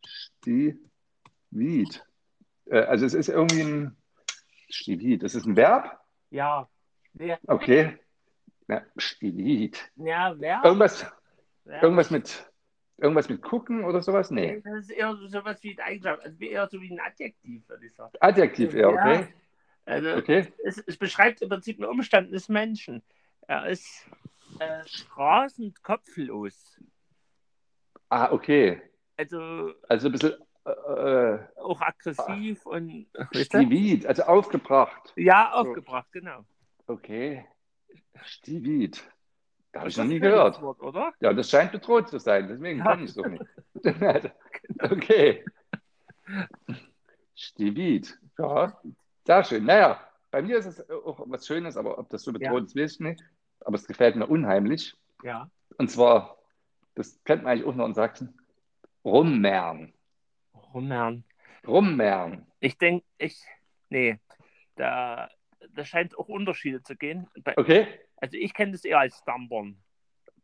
[SPEAKER 1] Stivid. Äh, also es ist irgendwie ein Stivid. Das ist ein Verb.
[SPEAKER 2] Ja. Wer,
[SPEAKER 1] Okay. Na, Stivid.
[SPEAKER 2] ja, wer?
[SPEAKER 1] Irgendwas,
[SPEAKER 2] wer
[SPEAKER 1] irgendwas mit irgendwas mit gucken oder sowas? Nee.
[SPEAKER 2] Das ist eher so- sowas wie ein Eigenschaft, also eher so wie ein Adjektiv, würde ich sagen.
[SPEAKER 1] Adjektiv eher, okay.
[SPEAKER 2] Also
[SPEAKER 1] Okay.
[SPEAKER 2] es, es beschreibt im Prinzip einen Umstand des Menschen. Er ist äh, rasend kopflos.
[SPEAKER 1] Ah, okay.
[SPEAKER 2] Also
[SPEAKER 1] Also ein bisschen äh, äh,
[SPEAKER 2] auch aggressiv und Weißt du?
[SPEAKER 1] Stivid, also aufgebracht.
[SPEAKER 2] ja, aufgebracht, genau.
[SPEAKER 1] Okay. Stivid. Da habe ich
[SPEAKER 2] Das
[SPEAKER 1] noch nie
[SPEAKER 2] ist ein
[SPEAKER 1] gehört.
[SPEAKER 2] Wort, oder?
[SPEAKER 1] Ja, das scheint bedroht zu sein, deswegen
[SPEAKER 2] Ja.
[SPEAKER 1] kann ich es doch nicht. Also, okay. Stivit. Ja, sehr schön. Naja, bei mir ist es auch was Schönes, aber ob das so bedroht ist, weiß ich nicht. Aber es gefällt mir unheimlich.
[SPEAKER 2] Ja.
[SPEAKER 1] Und zwar, das kennt man eigentlich auch noch in Sachsen, Rummern.
[SPEAKER 2] Rumherrn.
[SPEAKER 1] Rummern.
[SPEAKER 2] Oh, Ich denke, ich. Nee, da, da scheint auch Unterschiede zu gehen. Bei,
[SPEAKER 1] Okay?
[SPEAKER 2] also ich kenne das eher als Dampern.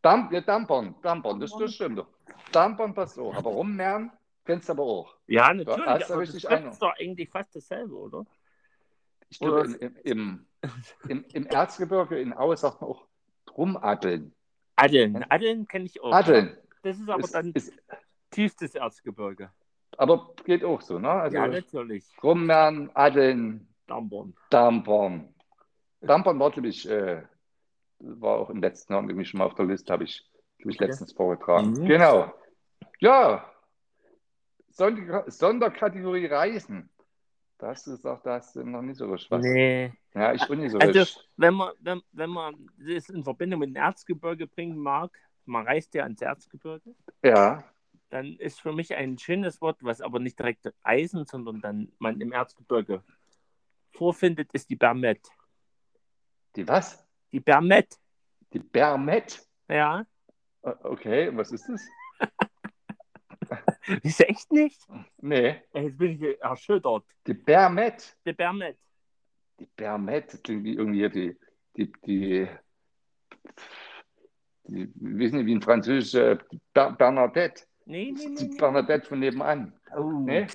[SPEAKER 1] Damp ja, Dampern, Dampern, das, das stimmt doch. Dampern passt auch, aber Rummern kennst du aber auch.
[SPEAKER 2] Ja,
[SPEAKER 1] natürlich,
[SPEAKER 2] natürlich.
[SPEAKER 1] hast du
[SPEAKER 2] aber das
[SPEAKER 1] richtig
[SPEAKER 2] trifft
[SPEAKER 1] Ahnung.
[SPEAKER 2] doch eigentlich fast dasselbe, oder?
[SPEAKER 1] Ich glaube,
[SPEAKER 2] Oder-
[SPEAKER 1] im, im, im, im Erzgebirge in Aue sagt man auch Rumaddeln.
[SPEAKER 2] Adeln. Adeln kenne ich auch.
[SPEAKER 1] Addeln.
[SPEAKER 2] Das ist aber
[SPEAKER 1] ist,
[SPEAKER 2] dann
[SPEAKER 1] ist,
[SPEAKER 2] tiefstes Erzgebirge.
[SPEAKER 1] aber geht auch so, ne? Also
[SPEAKER 2] ja,
[SPEAKER 1] ja,
[SPEAKER 2] natürlich.
[SPEAKER 1] Rummern, Addeln,
[SPEAKER 2] Dampern.
[SPEAKER 1] Dampern. Dampern war, glaube ich, äh, war auch im letzten Jahr irgendwie schon mal auf der Liste, habe ich, glaube ich,
[SPEAKER 2] Okay.
[SPEAKER 1] letztens vorgetragen.
[SPEAKER 2] Mhm.
[SPEAKER 1] Genau. Ja. Sonder Sonderkategorie Reisen. Da hast du gesagt, da hast du noch nicht so richtig was.
[SPEAKER 2] Nee.
[SPEAKER 1] Ja, ich bin nicht so
[SPEAKER 2] Also-
[SPEAKER 1] richtig.
[SPEAKER 2] Wenn man, wenn, wenn man das in Verbindung mit dem Erzgebirge bringen mag, man reist ja ans Erzgebirge,
[SPEAKER 1] Ja.
[SPEAKER 2] dann ist für mich ein schönes Wort, was aber nicht direkt Eisen, sondern dann man im Erzgebirge vorfindet, ist die Bermet.
[SPEAKER 1] Die was?
[SPEAKER 2] Die Bermet,
[SPEAKER 1] Die Bermet?
[SPEAKER 2] ja.
[SPEAKER 1] O- Okay, und was ist das?
[SPEAKER 2] Ist echt nicht?
[SPEAKER 1] Nee,
[SPEAKER 2] Ey, Jetzt bin ich erschüttert.
[SPEAKER 1] die Bermet.
[SPEAKER 2] Der Bernet.
[SPEAKER 1] Die Bermet, das klingt wie irgendwie hier die, die, die, die, wissen Sie, wie ein französischer Ber Bernadette.
[SPEAKER 2] Nee, nee, nee.
[SPEAKER 1] Die
[SPEAKER 2] nee.
[SPEAKER 1] Bernadette von nebenan. ne?
[SPEAKER 2] Oh.
[SPEAKER 1] Nee?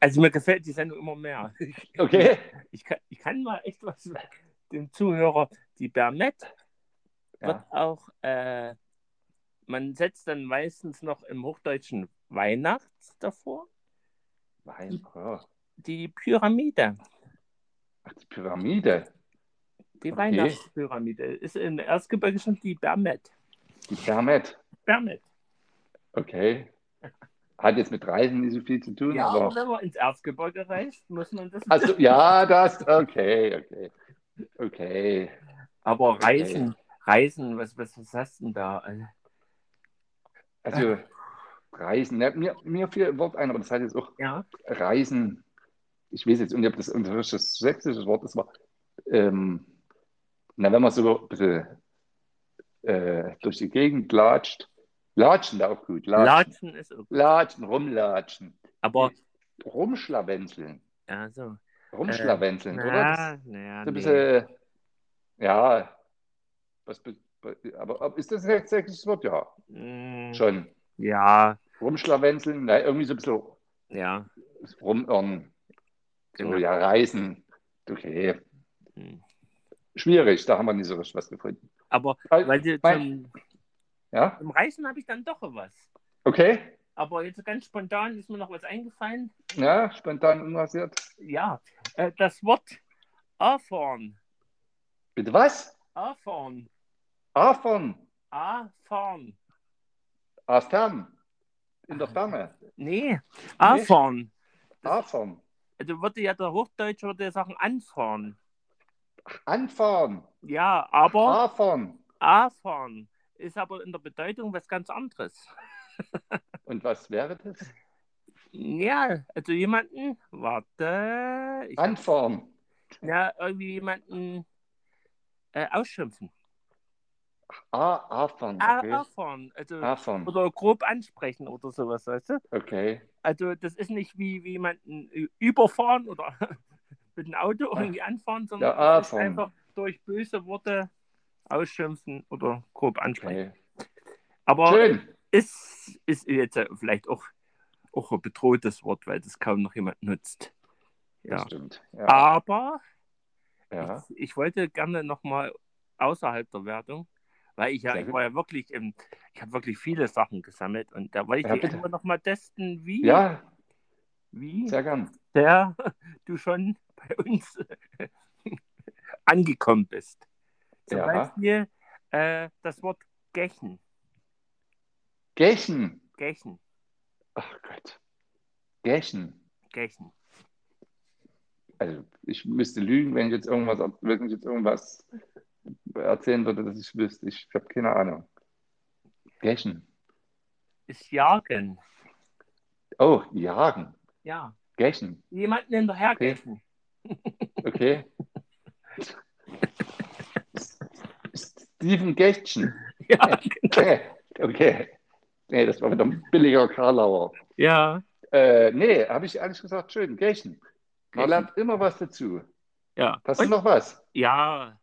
[SPEAKER 2] Also mir gefällt die Sendung immer mehr.
[SPEAKER 1] Okay.
[SPEAKER 2] Ich kann, ich kann mal echt was dem Zuhörer. Die Bernet
[SPEAKER 1] Ja.
[SPEAKER 2] wird auch, äh, man setzt dann meistens noch im Hochdeutschen Weihnachts davor,
[SPEAKER 1] Nein, oh.
[SPEAKER 2] die Pyramide.
[SPEAKER 1] Ach, die Pyramide.
[SPEAKER 2] Die
[SPEAKER 1] Okay.
[SPEAKER 2] Weihnachtspyramide ist in Erzgebirgischen die Bermet.
[SPEAKER 1] Die Bermet.
[SPEAKER 2] Bermet.
[SPEAKER 1] Okay. Hat jetzt mit Reisen nicht so viel zu tun,
[SPEAKER 2] Ja, aber
[SPEAKER 1] aber.
[SPEAKER 2] wenn man ins Erzgebirge reist, muss man das.
[SPEAKER 1] Also, ja, das. Okay, okay. Okay.
[SPEAKER 2] aber Reisen, Reisen, was, was, was hast du denn da? Also,
[SPEAKER 1] Also, Reisen. Ne, mir, mir fiel ein Wort ein, aber das hat jetzt auch
[SPEAKER 2] Ja,
[SPEAKER 1] Reisen. Ich weiß jetzt nicht, ob das ein deutsches sächsisches Wort ist, aber. Ähm, na, wenn man so ein bisschen äh, durch die Gegend latscht. Latschen da auch gut. Latschen.
[SPEAKER 2] Latschen ist okay.
[SPEAKER 1] Latschen, rumlatschen.
[SPEAKER 2] Aber,
[SPEAKER 1] Rumschlawenzeln.
[SPEAKER 2] ja, so.
[SPEAKER 1] Rumschlawenzeln, oder? Das,
[SPEAKER 2] Na, na,
[SPEAKER 1] so ein
[SPEAKER 2] Ähm, nee.
[SPEAKER 1] bisschen, ja, was, be- be- aber ob- ist das ein sächsisches Wort? Ja,
[SPEAKER 2] Mm,
[SPEAKER 1] schon.
[SPEAKER 2] Ja,
[SPEAKER 1] Rumschlawenzeln, nein, irgendwie so ein bisschen
[SPEAKER 2] ja.
[SPEAKER 1] rumirren, so,
[SPEAKER 2] Genau.
[SPEAKER 1] ja, reisen, okay.
[SPEAKER 2] Hm.
[SPEAKER 1] Schwierig, da haben wir nicht so richtig was gefunden.
[SPEAKER 2] Aber
[SPEAKER 1] Weil-
[SPEAKER 2] weil sie
[SPEAKER 1] weil-
[SPEAKER 2] zum,
[SPEAKER 1] Ja,
[SPEAKER 2] zum Reisen habe ich dann doch was.
[SPEAKER 1] okay,
[SPEAKER 2] Aber jetzt ganz spontan ist mir noch was eingefallen.
[SPEAKER 1] ja, spontan unrasiert.
[SPEAKER 2] Ja, äh, das Wort Afon.
[SPEAKER 1] Bitte was?
[SPEAKER 2] Afon.
[SPEAKER 1] Afon,
[SPEAKER 2] Afon.
[SPEAKER 1] Afern, in der
[SPEAKER 2] Ah,
[SPEAKER 1] Ferne,
[SPEAKER 2] Nee, Afon.
[SPEAKER 1] Afern,
[SPEAKER 2] Also würde ja der Hochdeutsche würde ja sagen anfahren.
[SPEAKER 1] Anfahren,
[SPEAKER 2] Ja, aber
[SPEAKER 1] Afern.
[SPEAKER 2] Afon ist aber in der Bedeutung was ganz anderes.
[SPEAKER 1] Und was wäre das?
[SPEAKER 2] Ja, also jemanden, warte, ich,
[SPEAKER 1] Anfahren,
[SPEAKER 2] ja, irgendwie jemanden äh, ausschimpfen.
[SPEAKER 1] ah, Afern,
[SPEAKER 2] Okay.
[SPEAKER 1] okay. Ah.
[SPEAKER 2] Afon, also
[SPEAKER 1] Afern.
[SPEAKER 2] oder grob ansprechen oder sowas, weißt du?
[SPEAKER 1] Okay.
[SPEAKER 2] Also das ist nicht wie, wie jemanden ü- überfahren oder mit dem Auto irgendwie anfahren, sondern
[SPEAKER 1] Ja,
[SPEAKER 2] das ist
[SPEAKER 1] Afon.
[SPEAKER 2] einfach durch böse Worte ausschimpfen oder grob ansprechen.
[SPEAKER 1] okay.
[SPEAKER 2] Aber
[SPEAKER 1] Schön.
[SPEAKER 2] ist, ist jetzt äh, vielleicht auch, auch ein bedrohtes Wort, weil das kaum noch jemand nutzt.
[SPEAKER 1] Das
[SPEAKER 2] Ja. Ah.
[SPEAKER 1] stimmt. Ja.
[SPEAKER 2] Aber
[SPEAKER 1] ja.
[SPEAKER 2] ich, ich wollte gerne nochmal außerhalb der Wertung, weil ich ja,
[SPEAKER 1] Sehr
[SPEAKER 2] ich
[SPEAKER 1] gut.
[SPEAKER 2] war ja wirklich im, ich habe wirklich viele Sachen gesammelt und da wollte
[SPEAKER 1] Ja,
[SPEAKER 2] ich dich
[SPEAKER 1] bitte.
[SPEAKER 2] einfach nochmal testen, wie,
[SPEAKER 1] ja,
[SPEAKER 2] wie
[SPEAKER 1] sehr gern.
[SPEAKER 2] sehr du schon bei uns angekommen bist. Zum
[SPEAKER 1] Ja.
[SPEAKER 2] Beispiel äh, das Wort Gächen.
[SPEAKER 1] Gächen.
[SPEAKER 2] Gächen,
[SPEAKER 1] Ach Gott. Gächen.
[SPEAKER 2] Gächen.
[SPEAKER 1] Also ich müsste lügen, wenn ich jetzt irgendwas, wenn ich jetzt irgendwas erzählen würde, das ich wüsste. Ich habe keine Ahnung. Gächen.
[SPEAKER 2] Ist Jagen.
[SPEAKER 1] Oh, jagen.
[SPEAKER 2] Ja.
[SPEAKER 1] Gächen.
[SPEAKER 2] jemanden hinterhergessen.
[SPEAKER 1] Okay. Steven Gächtchen.
[SPEAKER 2] Ja.
[SPEAKER 1] Okay. Nee, das war wieder ein billiger Karlauer.
[SPEAKER 2] ja.
[SPEAKER 1] Äh, nee, habe ich ehrlich gesagt schön. Gächen. Man
[SPEAKER 2] Gächen.
[SPEAKER 1] lernt immer was dazu.
[SPEAKER 2] Ja.
[SPEAKER 1] Hast
[SPEAKER 2] Und,
[SPEAKER 1] du noch was?
[SPEAKER 2] ja.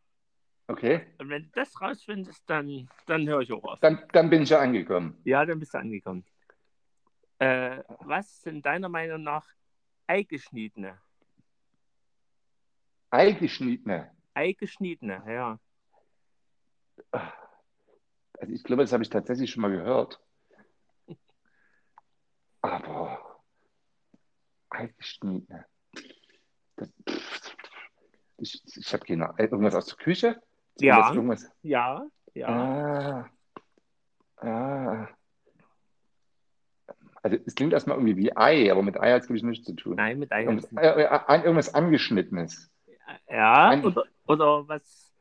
[SPEAKER 1] Okay.
[SPEAKER 2] Und wenn du das rausfindest, dann, dann höre ich auch auf.
[SPEAKER 1] Dann, dann bin ich ja angekommen.
[SPEAKER 2] Ja, dann bist du angekommen. Äh, was sind deiner Meinung nach Eigeschniedene?
[SPEAKER 1] Eigeschniedene.
[SPEAKER 2] Eigeschniedene, ja.
[SPEAKER 1] Also ich glaube, das habe ich tatsächlich schon mal gehört. Aber Eigeschniedene. Das, pff, ich ich habe keine Ahnung. Irgendwas aus der Küche?
[SPEAKER 2] Ja.
[SPEAKER 1] Irgendwas, irgendwas.
[SPEAKER 2] Ja, ja.
[SPEAKER 1] Ah. Ah. Also es klingt erstmal irgendwie wie Ei, aber mit Ei hat es, glaube ich, nichts zu tun.
[SPEAKER 2] Nein, mit
[SPEAKER 1] Irgendwas,
[SPEAKER 2] Eigeschniedene.
[SPEAKER 1] äh, äh, ein- irgendwas Angeschnittenes.
[SPEAKER 2] Ja,
[SPEAKER 1] Ein-
[SPEAKER 2] oder, oder was,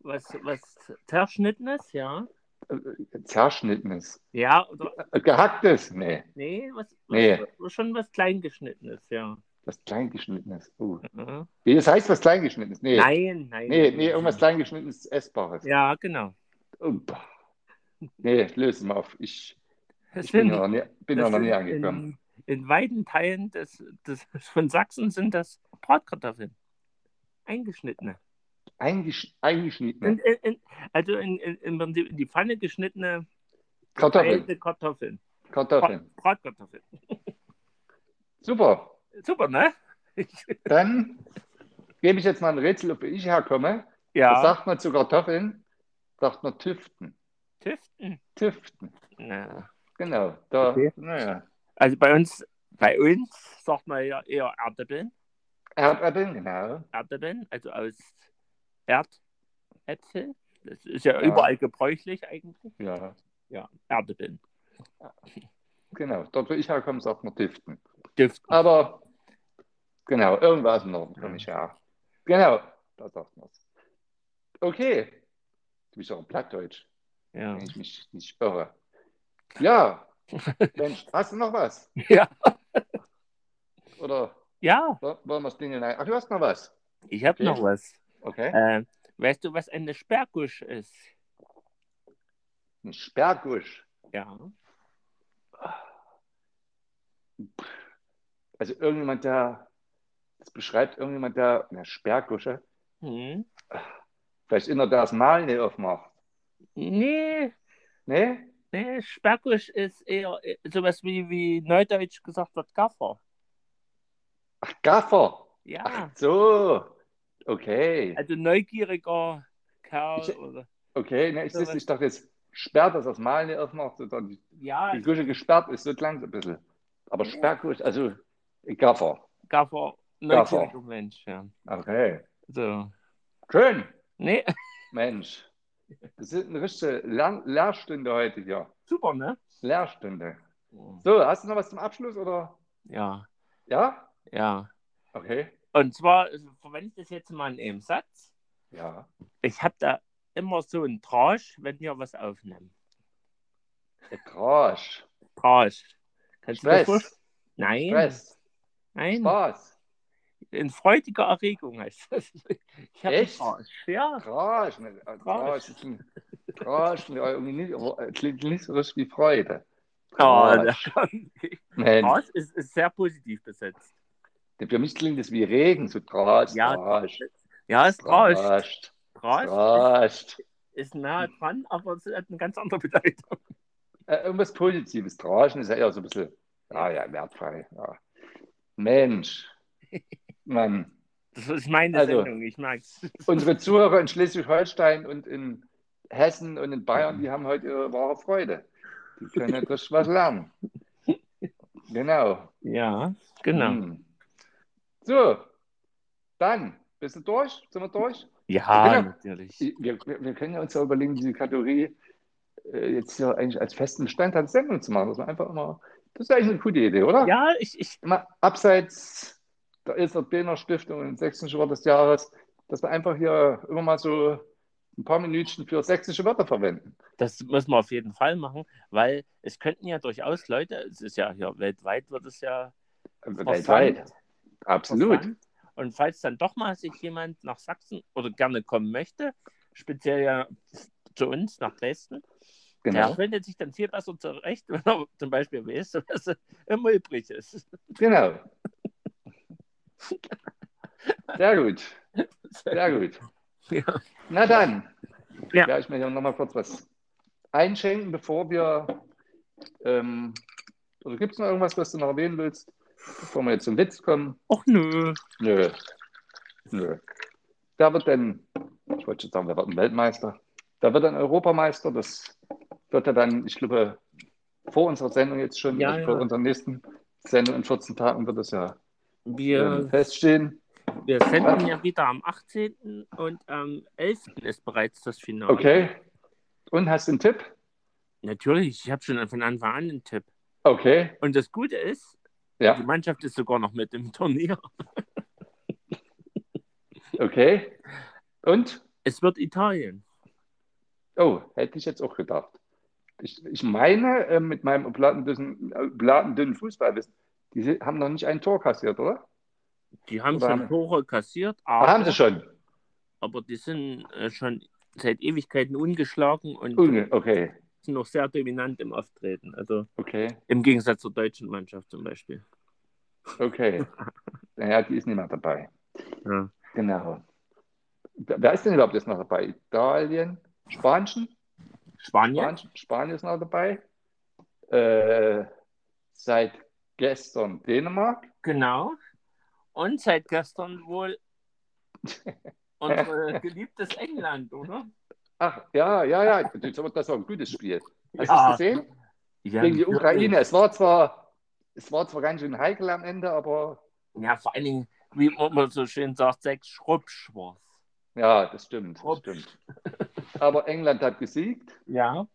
[SPEAKER 2] was, was Zerschnittenes, ja.
[SPEAKER 1] Äh, Zerschnittenes.
[SPEAKER 2] Ja, oder
[SPEAKER 1] Äh, Gehacktes? Nee,
[SPEAKER 2] nee, was,
[SPEAKER 1] Nee.
[SPEAKER 2] was schon was Kleingeschnittenes, ja.
[SPEAKER 1] was Kleingeschnittenes. Oh.
[SPEAKER 2] Mhm.
[SPEAKER 1] Nee, das heißt was Kleingeschnittenes. Nee,
[SPEAKER 2] Nein, nein.
[SPEAKER 1] nee, nee irgendwas Kleingeschnittenes, Essbares.
[SPEAKER 2] Ja, genau.
[SPEAKER 1] Oh, bah. nee, löse mal auf. Ich, Ich bin
[SPEAKER 2] sind-
[SPEAKER 1] ja noch nie, bin
[SPEAKER 2] das
[SPEAKER 1] ja noch nie
[SPEAKER 2] sind
[SPEAKER 1] angekommen.
[SPEAKER 2] In, in weiten Teilen des, des, von Sachsen sind das Bratkartoffeln. Eingeschnittene.
[SPEAKER 1] Eingesch
[SPEAKER 2] In,
[SPEAKER 1] eingeschnittene
[SPEAKER 2] in, in, also in, in, im Prinzip in die Pfanne geschnittene
[SPEAKER 1] Kartoffeln.
[SPEAKER 2] alte Kartoffeln.
[SPEAKER 1] Kartoffeln.
[SPEAKER 2] Brat- Bratkartoffeln.
[SPEAKER 1] Super.
[SPEAKER 2] Super, ne?
[SPEAKER 1] Dann gebe ich jetzt mal ein Rätsel, ob ich herkomme. Was
[SPEAKER 2] ja.
[SPEAKER 1] sagt man zu Kartoffeln? Sagt man Tüften.
[SPEAKER 2] Tüften.
[SPEAKER 1] Tüften.
[SPEAKER 2] Na.
[SPEAKER 1] Genau. Da,
[SPEAKER 2] Okay.
[SPEAKER 1] naja.
[SPEAKER 2] Also bei uns, bei uns sagt man ja eher Erdäppeln.
[SPEAKER 1] Erdäpfeln, genau.
[SPEAKER 2] Erdäpfeln, also aus Erdäpfel. Das ist ja,
[SPEAKER 1] Ja.
[SPEAKER 2] überall gebräuchlich eigentlich.
[SPEAKER 1] Ja,
[SPEAKER 2] Ja, Erdäpfeln.
[SPEAKER 1] genau. Dort, wo ich herkomme, sagt man Tüften.
[SPEAKER 2] Düften.
[SPEAKER 1] Aber genau, irgendwo aus dem Norden komme ich her. Genau, da sagt man es. Okay. Du bist auch ein Plattdeutsch,
[SPEAKER 2] Ja.
[SPEAKER 1] wenn ich mich nicht irre. Ja, Mensch, hast du noch was?
[SPEAKER 2] Ja.
[SPEAKER 1] Oder
[SPEAKER 2] ja,
[SPEAKER 1] wo- wollen wir das Ding hinein? Ach, du hast noch was.
[SPEAKER 2] ich habe
[SPEAKER 1] Okay.
[SPEAKER 2] noch was.
[SPEAKER 1] Okay.
[SPEAKER 2] Äh, weißt du, was eine Sperrgusch ist?
[SPEAKER 1] Ein Sperrgusch.
[SPEAKER 2] Ja.
[SPEAKER 1] Also irgendjemand, der, das beschreibt irgendjemand, der eine Sperrgusche,
[SPEAKER 2] Hm.
[SPEAKER 1] vielleicht immer das Malen nicht aufmacht.
[SPEAKER 2] Nee,
[SPEAKER 1] Ne?
[SPEAKER 2] nee, Sperrgusch ist eher äh, sowas wie, wie neudeutsch gesagt wird, Gaffer.
[SPEAKER 1] Ach, Gaffer.
[SPEAKER 2] Ja,
[SPEAKER 1] Ach so. Okay.
[SPEAKER 2] Ah. also neugieriger Kerl
[SPEAKER 1] Ich-
[SPEAKER 2] oder.
[SPEAKER 1] Okay, ne, ich,
[SPEAKER 2] Sowas.
[SPEAKER 1] ich dachte jetzt, sperrt das das Malen nicht aufmacht, sondern die,
[SPEAKER 2] Ja,
[SPEAKER 1] die Gusche gesperrt ist, so klang es ein bisschen. Aber Sperrgusch, also Gaffer.
[SPEAKER 2] Gaffer, neugieriger Mensch, ja.
[SPEAKER 1] Okay.
[SPEAKER 2] So.
[SPEAKER 1] Schön,
[SPEAKER 2] Nee,
[SPEAKER 1] Mensch. Das ist eine richtige Lern Lehrstunde heute hier.
[SPEAKER 2] super, ne?
[SPEAKER 1] Lehrstunde. So, hast du noch was zum Abschluss oder?
[SPEAKER 2] Ja,
[SPEAKER 1] Ja?
[SPEAKER 2] ja.
[SPEAKER 1] Okay.
[SPEAKER 2] Und zwar äh, verwende ich das jetzt mal in einem Satz.
[SPEAKER 1] Ja.
[SPEAKER 2] Ich habe da immer so einen Trash, wenn wir was aufnehmen.
[SPEAKER 1] Der Grosch.
[SPEAKER 2] Trash. Kannst du dir
[SPEAKER 1] Stress.
[SPEAKER 2] vorstellen? Nein,
[SPEAKER 1] Stress.
[SPEAKER 2] nein.
[SPEAKER 1] Spaß.
[SPEAKER 2] In freudiger Erregung heißt das. Ich hab
[SPEAKER 1] Echt?
[SPEAKER 2] einen Arsch. Ja.
[SPEAKER 1] Grosch. ne, Grosch. ist ein- Grosch. ne, Irgendwie nicht, aber klingt nicht so richtig wie Freude.
[SPEAKER 2] Oh, der
[SPEAKER 1] Grosch.
[SPEAKER 2] kann nicht.
[SPEAKER 1] Mensch,
[SPEAKER 2] Arsch ist, ist sehr positiv besetzt.
[SPEAKER 1] für mich klingt das wie Regen, so Grosch.
[SPEAKER 2] Ja,
[SPEAKER 1] Grosch.
[SPEAKER 2] Ja, ist Arsch.
[SPEAKER 1] Grosch.
[SPEAKER 2] Arsch
[SPEAKER 1] Grosch.
[SPEAKER 2] ist nahe dran, aber es hat eine ganz andere Bedeutung.
[SPEAKER 1] Äh, irgendwas Positives. Groschen ist ja eher so ein bisschen, ah ja, wertfrei. Ja. Mensch. Mann.
[SPEAKER 2] Das ist meine
[SPEAKER 1] Also.
[SPEAKER 2] Sendung, ich mag's.
[SPEAKER 1] Unsere Zuhörer in Schleswig-Holstein und in Hessen und in Bayern, die haben heute ihre wahre Freude. Die können natürlich was lernen. Genau.
[SPEAKER 2] Ja, genau.
[SPEAKER 1] Hm. So, dann, bist du durch? Sind wir durch?
[SPEAKER 2] Ja,
[SPEAKER 1] Genau.
[SPEAKER 2] natürlich.
[SPEAKER 1] Wir, wir, wir können ja uns ja überlegen, diese Kategorie äh, jetzt hier eigentlich als festen Bestandteil der Sendung zu machen. Das ist einfach immer, das ist eigentlich eine gute Idee, oder?
[SPEAKER 2] Ja, ich, ich,
[SPEAKER 1] Immer abseits der Ilsert Billner Stiftung und des sächsischen Wort des Jahres, dass wir einfach hier immer mal so ein paar Minütchen für sächsische Wörter verwenden.
[SPEAKER 2] das muss man auf jeden Fall machen, weil es könnten ja durchaus Leute, es ist ja hier weltweit, wird es ja
[SPEAKER 1] Also
[SPEAKER 2] Versandt.
[SPEAKER 1] Weltweit. Absolut.
[SPEAKER 2] Verfahren. Und falls dann doch mal sich jemand nach Sachsen oder gerne kommen möchte, speziell ja zu uns nach Dresden,
[SPEAKER 1] Genau.
[SPEAKER 2] der findet sich dann viel besser zurecht, wenn er zum Beispiel weiß, was immer übrig ist.
[SPEAKER 1] Genau. Sehr gut. Sehr gut.
[SPEAKER 2] Ja.
[SPEAKER 1] Na dann,
[SPEAKER 2] Ja.
[SPEAKER 1] werde ich mir hier nochmal kurz was einschenken, bevor wir. Ähm, oder gibt es noch irgendwas, was du noch erwähnen willst, bevor wir jetzt zum Witz kommen?
[SPEAKER 2] Och nö.
[SPEAKER 1] Nö. Nö. Wer wird denn, ich wollte schon sagen, wer wird ein Weltmeister? Wer wird ein Europameister? Das wird ja dann, ich glaube, vor unserer Sendung jetzt schon,
[SPEAKER 2] Ja,
[SPEAKER 1] also
[SPEAKER 2] ja.
[SPEAKER 1] vor unserer nächsten Sendung in 14 Tagen wird das ja ähm,
[SPEAKER 2] Wir,
[SPEAKER 1] feststehen.
[SPEAKER 2] wir senden ja wieder am 18. und am 11. ist bereits das Finale.
[SPEAKER 1] Okay. Und hast du einen Tipp?
[SPEAKER 2] Natürlich, ich habe schon von Anfang an einen Tipp.
[SPEAKER 1] Okay.
[SPEAKER 2] Und das Gute ist, die
[SPEAKER 1] Ja,
[SPEAKER 2] Mannschaft ist sogar noch mit im Turnier.
[SPEAKER 1] okay. Und?
[SPEAKER 2] Es wird Italien.
[SPEAKER 1] Oh, hätte ich jetzt auch gedacht. Ich, ich meine, äh, mit meinem platendünnen, äh, platendünnen Fußballwissen, die se- haben noch nicht ein Tor kassiert, oder?
[SPEAKER 2] Die haben
[SPEAKER 1] Oder
[SPEAKER 2] schon
[SPEAKER 1] haben-
[SPEAKER 2] Tore kassiert,
[SPEAKER 1] Ah,
[SPEAKER 2] aber,
[SPEAKER 1] haben sie schon.
[SPEAKER 2] aber die sind äh, schon seit Ewigkeiten ungeschlagen und
[SPEAKER 1] Unge okay.
[SPEAKER 2] Mannschaften noch sehr dominant im Auftreten. Also
[SPEAKER 1] Okay,
[SPEAKER 2] im Gegensatz zur deutschen Mannschaft zum Beispiel.
[SPEAKER 1] okay. naja, die ist nicht mehr dabei.
[SPEAKER 2] Ja.
[SPEAKER 1] Genau. Wer wer ist denn überhaupt jetzt noch dabei? Italien? Spanischen?
[SPEAKER 2] Spanien?
[SPEAKER 1] Spanien, Spanien ist noch dabei. Äh, seit gestern Dänemark.
[SPEAKER 2] Genau. Und seit gestern wohl unser geliebtes England, oder?
[SPEAKER 1] Ach, ja, ja, ja. Das war- das war ein gutes Spiel. Hast du
[SPEAKER 2] Ja.
[SPEAKER 1] es gesehen?
[SPEAKER 2] Ah. Ja,
[SPEAKER 1] Gegen die
[SPEAKER 2] wirklich.
[SPEAKER 1] Ukraine. Es war zwar, es war zwar ganz schön heikel am Ende, aber
[SPEAKER 2] Ja, vor allen Dingen, wie man immer so schön sagt, sechs Schrubsch war's.
[SPEAKER 1] ja, das stimmt. Das
[SPEAKER 2] Ups.
[SPEAKER 1] stimmt. Aber England hat gesiegt.
[SPEAKER 2] Ja.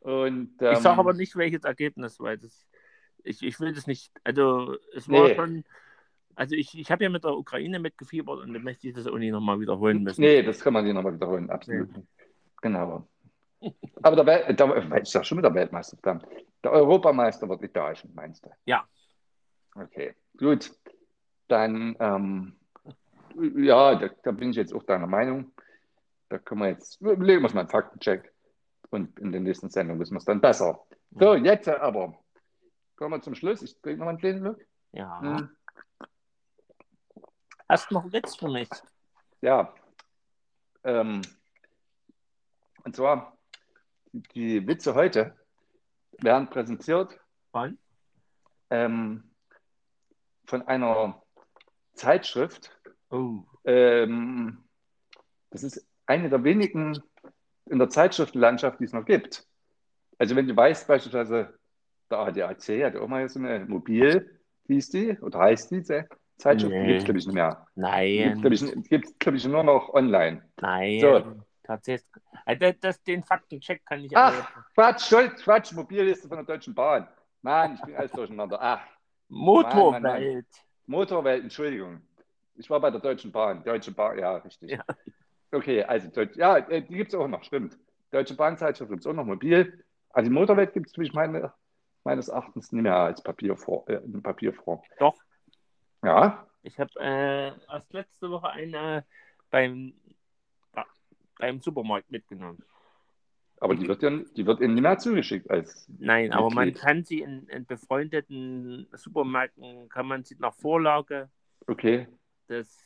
[SPEAKER 1] Und,
[SPEAKER 2] Ich sage
[SPEAKER 1] ähm,
[SPEAKER 2] aber nicht, welches Ergebnis, weil das, ich, ich will das nicht. Also, es war
[SPEAKER 1] Nee.
[SPEAKER 2] schon. Also, ich, ich habe ja mit der Ukraine mitgefiebert und dann möchte ich das auch nicht nochmal wiederholen müssen.
[SPEAKER 1] Nee, das kann man nicht nochmal wiederholen, absolut. nicht. Genau. Aber der, Wel der Wel- ist ja schon wieder Weltmeister, verdammt. Der Europameister wird Italien, meinst du?
[SPEAKER 2] Ja.
[SPEAKER 1] Okay, gut. Dann, ähm, ja, da, da bin ich jetzt auch deiner Meinung. Da können wir jetzt, legen wir es mal einen Faktencheck und in der nächsten Sendung wissen wir es dann besser. So, jetzt aber. Kommen wir zum Schluss. Ich trinke nochmal einen kleinen Glück.
[SPEAKER 2] Ja.
[SPEAKER 1] Hm.
[SPEAKER 2] Hast noch einen Witz für mich?
[SPEAKER 1] Ja. Ähm, und zwar, die Witze heute werden präsentiert
[SPEAKER 2] Wann?
[SPEAKER 1] ähm, von einer Zeitschrift.
[SPEAKER 2] Oh.
[SPEAKER 1] Ähm, das ist eine der wenigen in der Zeitschriftenlandschaft, die es noch gibt. Also wenn du weißt, beispielsweise der ADAC hat auch mal jetzt so eine Mobil, hieß die, oder heißt die Ze- Zeitschrift,
[SPEAKER 2] Nee.
[SPEAKER 1] die gibt es, glaube ich, nicht mehr. Gibt
[SPEAKER 2] Nein.
[SPEAKER 1] es, glaube ich, nur noch online.
[SPEAKER 2] Nein.
[SPEAKER 1] So.
[SPEAKER 2] Tatsächlich. Also, das, das, den Faktencheck kann ich
[SPEAKER 1] Ach.
[SPEAKER 2] aber-
[SPEAKER 1] Quatsch, Schuld, Quatsch, Mobilliste von der Deutschen Bahn. Mann, ich bin alles durcheinander. Ach, Mann, Mann,
[SPEAKER 2] Motorwelt.
[SPEAKER 1] Motorwelt, Entschuldigung. Ich war bei der Deutschen Bahn. Deutsche Bahn, ja, richtig.
[SPEAKER 2] Ja.
[SPEAKER 1] Okay, also, Deutsch, ja, äh, die gibt es auch noch, stimmt. Deutsche Bahnzeitschrift gibt es auch noch mobil. Also, die Motorwelt gibt es, ich meine, meines Erachtens nicht mehr als Papierform. Äh, in Papierform.
[SPEAKER 2] Doch.
[SPEAKER 1] Ja,
[SPEAKER 2] Ich habe äh, erst letzte Woche eine beim, ja, beim Supermarkt mitgenommen.
[SPEAKER 1] aber die wird, ja, die wird Ihnen nicht mehr zugeschickt. Als,
[SPEAKER 2] Nein, aber man
[SPEAKER 1] Okay.
[SPEAKER 2] kann sie in, in befreundeten Supermärkten, kann man sie nach Vorlage
[SPEAKER 1] okay.
[SPEAKER 2] des,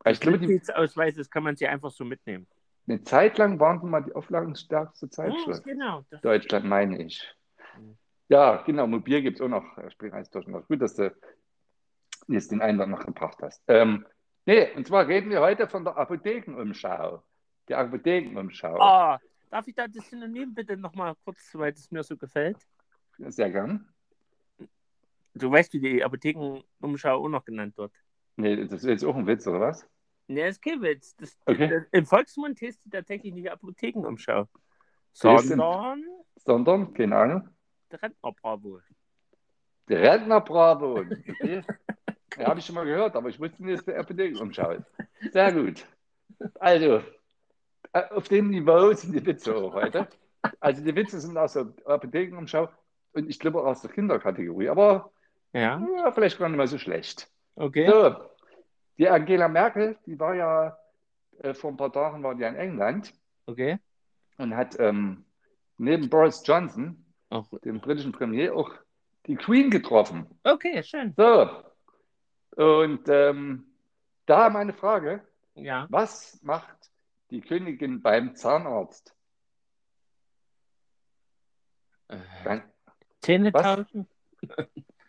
[SPEAKER 1] Aber
[SPEAKER 2] des
[SPEAKER 1] ich glaube, die,
[SPEAKER 2] Mitgliedsausweises kann man sie einfach so mitnehmen.
[SPEAKER 1] eine Zeit lang waren die mal die auflagenstärkste
[SPEAKER 2] Hm,
[SPEAKER 1] Zeitschrift.
[SPEAKER 2] genau. Das,
[SPEAKER 1] Deutschland meine ich.
[SPEAKER 2] Mhm.
[SPEAKER 1] Ja, genau, mobil gibt es auch noch. Ich bin alles durcheinander. Gut, dass du jetzt den Einwand noch gebracht hast. Ähm, nee, und zwar reden wir heute von der Apothekenumschau. Die Apothekenumschau.
[SPEAKER 2] Ah, darf ich da das Synonym bitte nochmal kurz, weil das mir so gefällt?
[SPEAKER 1] Sehr gern.
[SPEAKER 2] Du weißt, wie die Apothekenumschau auch noch genannt wird.
[SPEAKER 1] Nee, das ist jetzt auch ein Witz, oder was?
[SPEAKER 2] Ne, es gibt jetzt. Das,
[SPEAKER 1] Okay.
[SPEAKER 2] das, Im Volksmund heißt die tatsächlich nicht Apothekenumschau,
[SPEAKER 1] So ist es.
[SPEAKER 2] sondern
[SPEAKER 1] Sondern, keine Ahnung,
[SPEAKER 2] der Rentner Bravo.
[SPEAKER 1] die Rentner Bravo. Okay. ja, habe ich schon mal gehört, aber ich wusste nicht, dass die Apothekenumschau ist. Sehr gut. Also, äh, auf dem Niveau sind die Witze auch heute. Also die Witze sind aus der Apothekenumschau und ich glaube auch aus der Kinderkategorie, aber
[SPEAKER 2] Ja,
[SPEAKER 1] ja, vielleicht gar nicht mal so schlecht.
[SPEAKER 2] okay.
[SPEAKER 1] So, die Angela Merkel, die war ja äh, vor ein paar Tagen war die in England
[SPEAKER 2] Okay.
[SPEAKER 1] und hat ähm, neben Boris Johnson,
[SPEAKER 2] Auch,
[SPEAKER 1] dem britischen Premier, auch die Queen getroffen.
[SPEAKER 2] okay, schön.
[SPEAKER 1] So, und ähm, da meine Frage,
[SPEAKER 2] Ja.
[SPEAKER 1] was macht die Königin beim Zahnarzt? Dann,
[SPEAKER 2] Zähne
[SPEAKER 1] Äh, Was?
[SPEAKER 2] tauschen.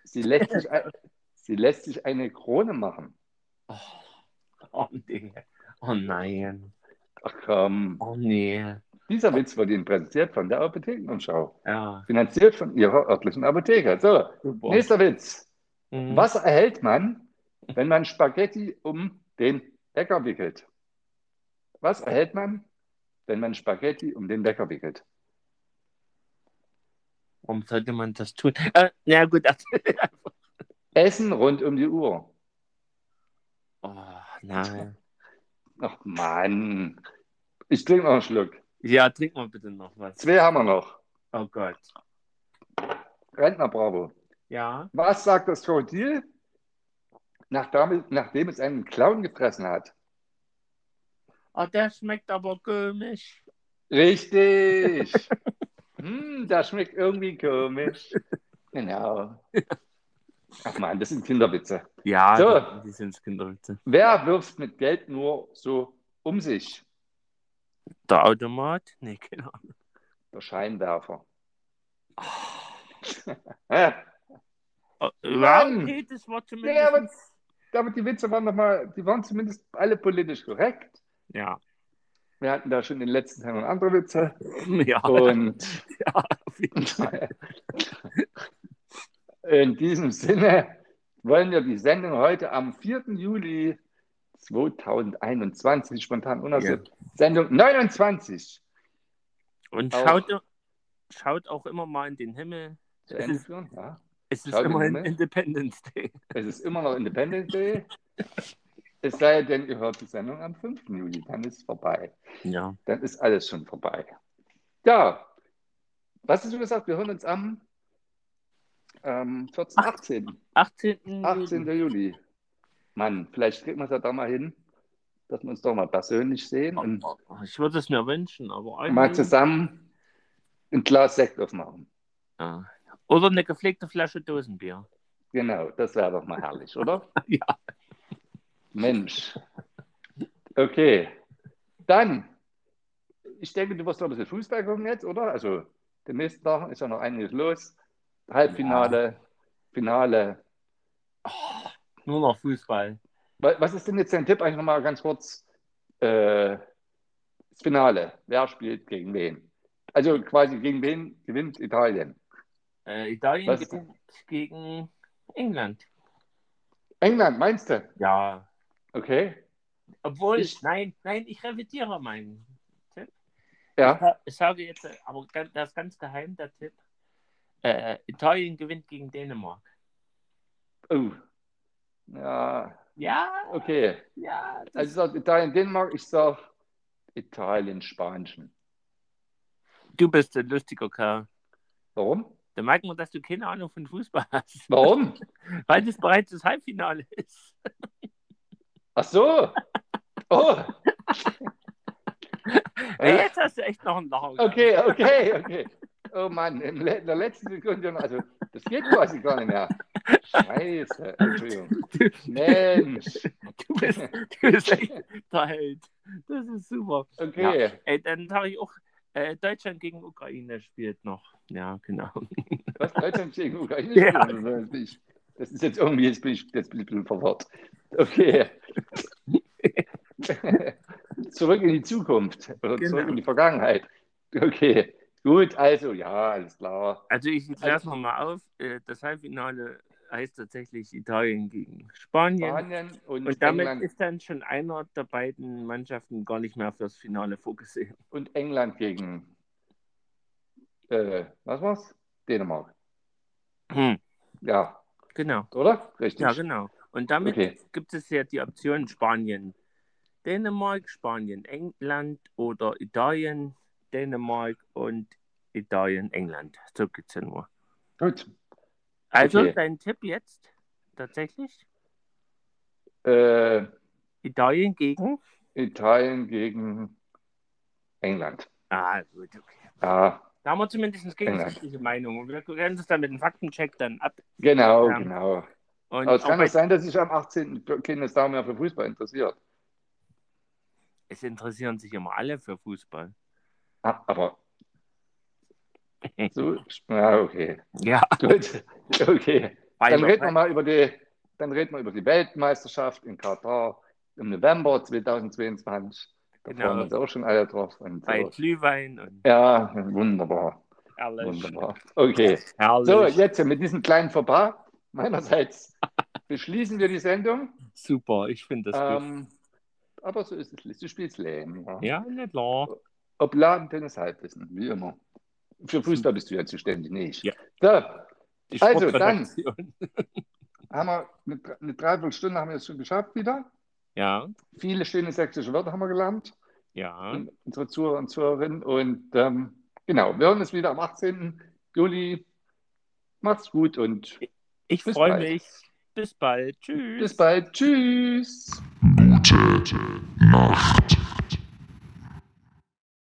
[SPEAKER 1] sie, lässt sich ein, sie lässt sich eine Krone machen.
[SPEAKER 2] Oh, oh, nee. oh nein.
[SPEAKER 1] Ach komm,
[SPEAKER 2] Oh nee.
[SPEAKER 1] dieser Witz wurde Ihnen präsentiert von der Apothekenumschau.
[SPEAKER 2] Ja,
[SPEAKER 1] Finanziert von Ihrer örtlichen Apotheke. So,
[SPEAKER 2] super.
[SPEAKER 1] nächster Witz.
[SPEAKER 2] Mhm.
[SPEAKER 1] Was erhält man, wenn man Spaghetti um den Bäcker wickelt? Was erhält man, wenn man Spaghetti um den Bäcker wickelt?
[SPEAKER 2] Warum sollte man das tun? Äh, na gut. ach,
[SPEAKER 1] Essen rund um die Uhr.
[SPEAKER 2] Oh nein.
[SPEAKER 1] Ach Mann, ich trinke noch einen Schluck.
[SPEAKER 2] Ja, trink mal bitte noch was.
[SPEAKER 1] Zwei haben wir noch.
[SPEAKER 2] Oh Gott.
[SPEAKER 1] Rentner Bravo.
[SPEAKER 2] Ja.
[SPEAKER 1] Was sagt das Krokodil, nachdem, nachdem es einen Clown gefressen hat?
[SPEAKER 2] Oh, der schmeckt aber komisch.
[SPEAKER 1] Richtig. Hm, das schmeckt irgendwie komisch. Genau. Ach man, das sind Kinderwitze.
[SPEAKER 2] Ja,
[SPEAKER 1] So.
[SPEAKER 2] die sind Kinderwitze.
[SPEAKER 1] Wer wirft mit Geld nur so um sich?
[SPEAKER 2] Der Automat? Nee, genau. keine Ahnung.
[SPEAKER 1] Der Scheinwerfer.
[SPEAKER 2] Oh, Äh,
[SPEAKER 1] Mann!
[SPEAKER 2] nee, das war zumindest.
[SPEAKER 1] Ja, aber, aber die Witze waren noch mal, die waren zumindest alle politisch korrekt.
[SPEAKER 2] ja.
[SPEAKER 1] Wir hatten da schon in den letzten Tagen andere Witze.
[SPEAKER 2] ja.
[SPEAKER 1] Und
[SPEAKER 2] ja, auf jeden Fall.
[SPEAKER 1] in diesem Sinne wollen wir die Sendung heute am 4. Juli 2021 spontan unersetzt. Sendung 29
[SPEAKER 2] Und
[SPEAKER 1] Auch.
[SPEAKER 2] schaut, schaut auch immer mal in den Himmel.
[SPEAKER 1] zu
[SPEAKER 2] Es
[SPEAKER 1] Ende
[SPEAKER 2] ist-
[SPEAKER 1] führen. Ja.
[SPEAKER 2] Es ist
[SPEAKER 1] Schaut in den
[SPEAKER 2] immerhin
[SPEAKER 1] Himmel.
[SPEAKER 2] Independence Day.
[SPEAKER 1] Es ist immer noch Independence Day. Es sei denn, ihr hört die Sendung am 5. Juli, dann ist es vorbei.
[SPEAKER 2] Ja.
[SPEAKER 1] Dann ist alles schon vorbei. Ja, was hast du gesagt? Wir hören uns am ähm, 14. 18.
[SPEAKER 2] 18.
[SPEAKER 1] 18. Juli. Mann, vielleicht kriegen wir es ja da mal hin, dass wir uns doch mal persönlich sehen und
[SPEAKER 2] Ich würde es mir wünschen, aber
[SPEAKER 1] mal
[SPEAKER 2] eigentlich.
[SPEAKER 1] zusammen ein Glas Sekt aufmachen.
[SPEAKER 2] Ja. Oder eine gepflegte Flasche Dosenbier.
[SPEAKER 1] Genau, das wäre doch mal herrlich, oder?
[SPEAKER 2] Ja.
[SPEAKER 1] Mensch. Okay. Dann, ich denke, du wirst noch ein bisschen Fußball gucken jetzt, oder? Also, demnächst noch ist ja noch einiges los. Halbfinale, Finale.
[SPEAKER 2] Nur noch Fußball.
[SPEAKER 1] Wa- Was ist denn jetzt dein Tipp eigentlich nochmal ganz kurz? Äh, das Finale. Wer spielt gegen wen? Also quasi gegen wen gewinnt Italien?
[SPEAKER 2] Äh, Italien
[SPEAKER 1] Was?
[SPEAKER 2] gewinnt gegen England.
[SPEAKER 1] England, meinst du?
[SPEAKER 2] Ja.
[SPEAKER 1] Okay.
[SPEAKER 2] Obwohl,
[SPEAKER 1] Ich-
[SPEAKER 2] nein, nein, ich revidiere meinen.
[SPEAKER 1] Ja.
[SPEAKER 2] Ich sage jetzt, äh, aber ganz- das ist ganz geheim, der Tipp. Äh, Italien gewinnt gegen Dänemark.
[SPEAKER 1] Oh. Ja,
[SPEAKER 2] Ja,
[SPEAKER 1] okay.
[SPEAKER 2] ja. Das,
[SPEAKER 1] Also ich sage Italien, Dänemark, ich sage Italien, Spanien.
[SPEAKER 2] du bist ein lustiger Kerl.
[SPEAKER 1] Warum?
[SPEAKER 2] Da merkt man, dass du keine Ahnung von Fußball hast.
[SPEAKER 1] Warum?
[SPEAKER 2] Weil das bereits das Halbfinale ist.
[SPEAKER 1] Ach so. Oh.
[SPEAKER 2] Ey,
[SPEAKER 1] Äh,
[SPEAKER 2] jetzt hast du echt noch einen Lachen.
[SPEAKER 1] okay, okay, okay. Oh Mann, in le- in der letzten Sekunde, noch- also das geht quasi gar nicht mehr. Scheiße, Entschuldigung.
[SPEAKER 2] Du,
[SPEAKER 1] Mensch,
[SPEAKER 2] du, bist, du bist echt der Held. Das ist super.
[SPEAKER 1] okay.
[SPEAKER 2] Ey, dann sage ich auch, äh, Deutschland gegen Ukraine spielt noch. Ja, genau.
[SPEAKER 1] Was Deutschland gegen Ukraine?
[SPEAKER 2] Ja.
[SPEAKER 1] spielen? Also, das ist- Das ist jetzt irgendwie, jetzt bin ich, jetzt bin ich ein bisschen verwirrt. Okay. zurück in die Zukunft oder zurück
[SPEAKER 2] Genau.
[SPEAKER 1] in die Vergangenheit. Okay, gut, also ja, alles klar.
[SPEAKER 2] Also ich kläre es nochmal auf. Äh, Das Halbfinale heißt tatsächlich Italien gegen Spanien.
[SPEAKER 1] Spanien und,
[SPEAKER 2] Und damit
[SPEAKER 1] England,
[SPEAKER 2] ist dann schon einer der beiden Mannschaften gar nicht mehr fürs Finale vorgesehen.
[SPEAKER 1] und England gegen, äh, was war's? Dänemark.
[SPEAKER 2] Hm,
[SPEAKER 1] Ja,
[SPEAKER 2] genau.
[SPEAKER 1] oder? Richtig.
[SPEAKER 2] Ja, genau. Und damit
[SPEAKER 1] Okay.
[SPEAKER 2] gibt es ja die Option Spanien, Dänemark, Spanien, England oder Italien, Dänemark und Italien, England. So geht es ja nur.
[SPEAKER 1] Gut.
[SPEAKER 2] Also
[SPEAKER 1] Okay.
[SPEAKER 2] dein Tipp jetzt tatsächlich
[SPEAKER 1] Äh,
[SPEAKER 2] Italien
[SPEAKER 1] Hm?
[SPEAKER 2] gegen.
[SPEAKER 1] Italien gegen England.
[SPEAKER 2] Ah, gut, okay.
[SPEAKER 1] Ja,
[SPEAKER 2] Da haben wir zumindest gegensätzliche Meinungen. Wir können das dann mit einem Faktencheck dann ab.
[SPEAKER 1] genau,
[SPEAKER 2] Ja.
[SPEAKER 1] genau.
[SPEAKER 2] Und
[SPEAKER 1] Aber es
[SPEAKER 2] auch
[SPEAKER 1] kann
[SPEAKER 2] bei-
[SPEAKER 1] doch sein, dass sich am 18. Kind das da mehr für Fußball interessiert.
[SPEAKER 2] es interessieren sich immer alle für Fußball.
[SPEAKER 1] Ah, aber so, ja, okay.
[SPEAKER 2] Ja,
[SPEAKER 1] Gut, okay. Dann reden wir
[SPEAKER 2] weil
[SPEAKER 1] mal über die, dann reden wir über die Weltmeisterschaft in Katar im November 2022. Da
[SPEAKER 2] Genau.
[SPEAKER 1] freuen wir uns auch schon alle drauf. Und
[SPEAKER 2] bei
[SPEAKER 1] so.
[SPEAKER 2] Glühwein und
[SPEAKER 1] Ja, wunderbar,
[SPEAKER 2] alles.
[SPEAKER 1] wunderbar. Okay, so
[SPEAKER 2] Herrlich.
[SPEAKER 1] jetzt mit diesem kleinen Fauxpas meinerseits beschließen wir die Sendung.
[SPEAKER 2] Super, ich finde das gut.
[SPEAKER 1] Ähm, aber so ist es, du spielst Leben. Ja.
[SPEAKER 2] Ja, na klar.
[SPEAKER 1] Ob Laden, Tennis, Halbwissen, wie immer. Für Fußball bist du ja zuständig, nicht?
[SPEAKER 2] Ja.
[SPEAKER 1] So,
[SPEAKER 2] Die
[SPEAKER 1] Also,
[SPEAKER 2] Sportredaktion.
[SPEAKER 1] haben wir eine, eine Dreiviertelstunde haben wir es schon geschafft wieder.
[SPEAKER 2] Ja,
[SPEAKER 1] Viele schöne sächsische Wörter haben wir gelernt,
[SPEAKER 2] ja.
[SPEAKER 1] unsere Zuhörer und Zuhörerinnen. Und ähm, genau, wir hören uns wieder am 18. Juli. Macht's gut und
[SPEAKER 2] Ich
[SPEAKER 1] Bis
[SPEAKER 2] freue
[SPEAKER 1] bald.
[SPEAKER 2] mich. Bis bald. Tschüss.
[SPEAKER 1] bis bald. Tschüss.
[SPEAKER 3] Gute Nacht.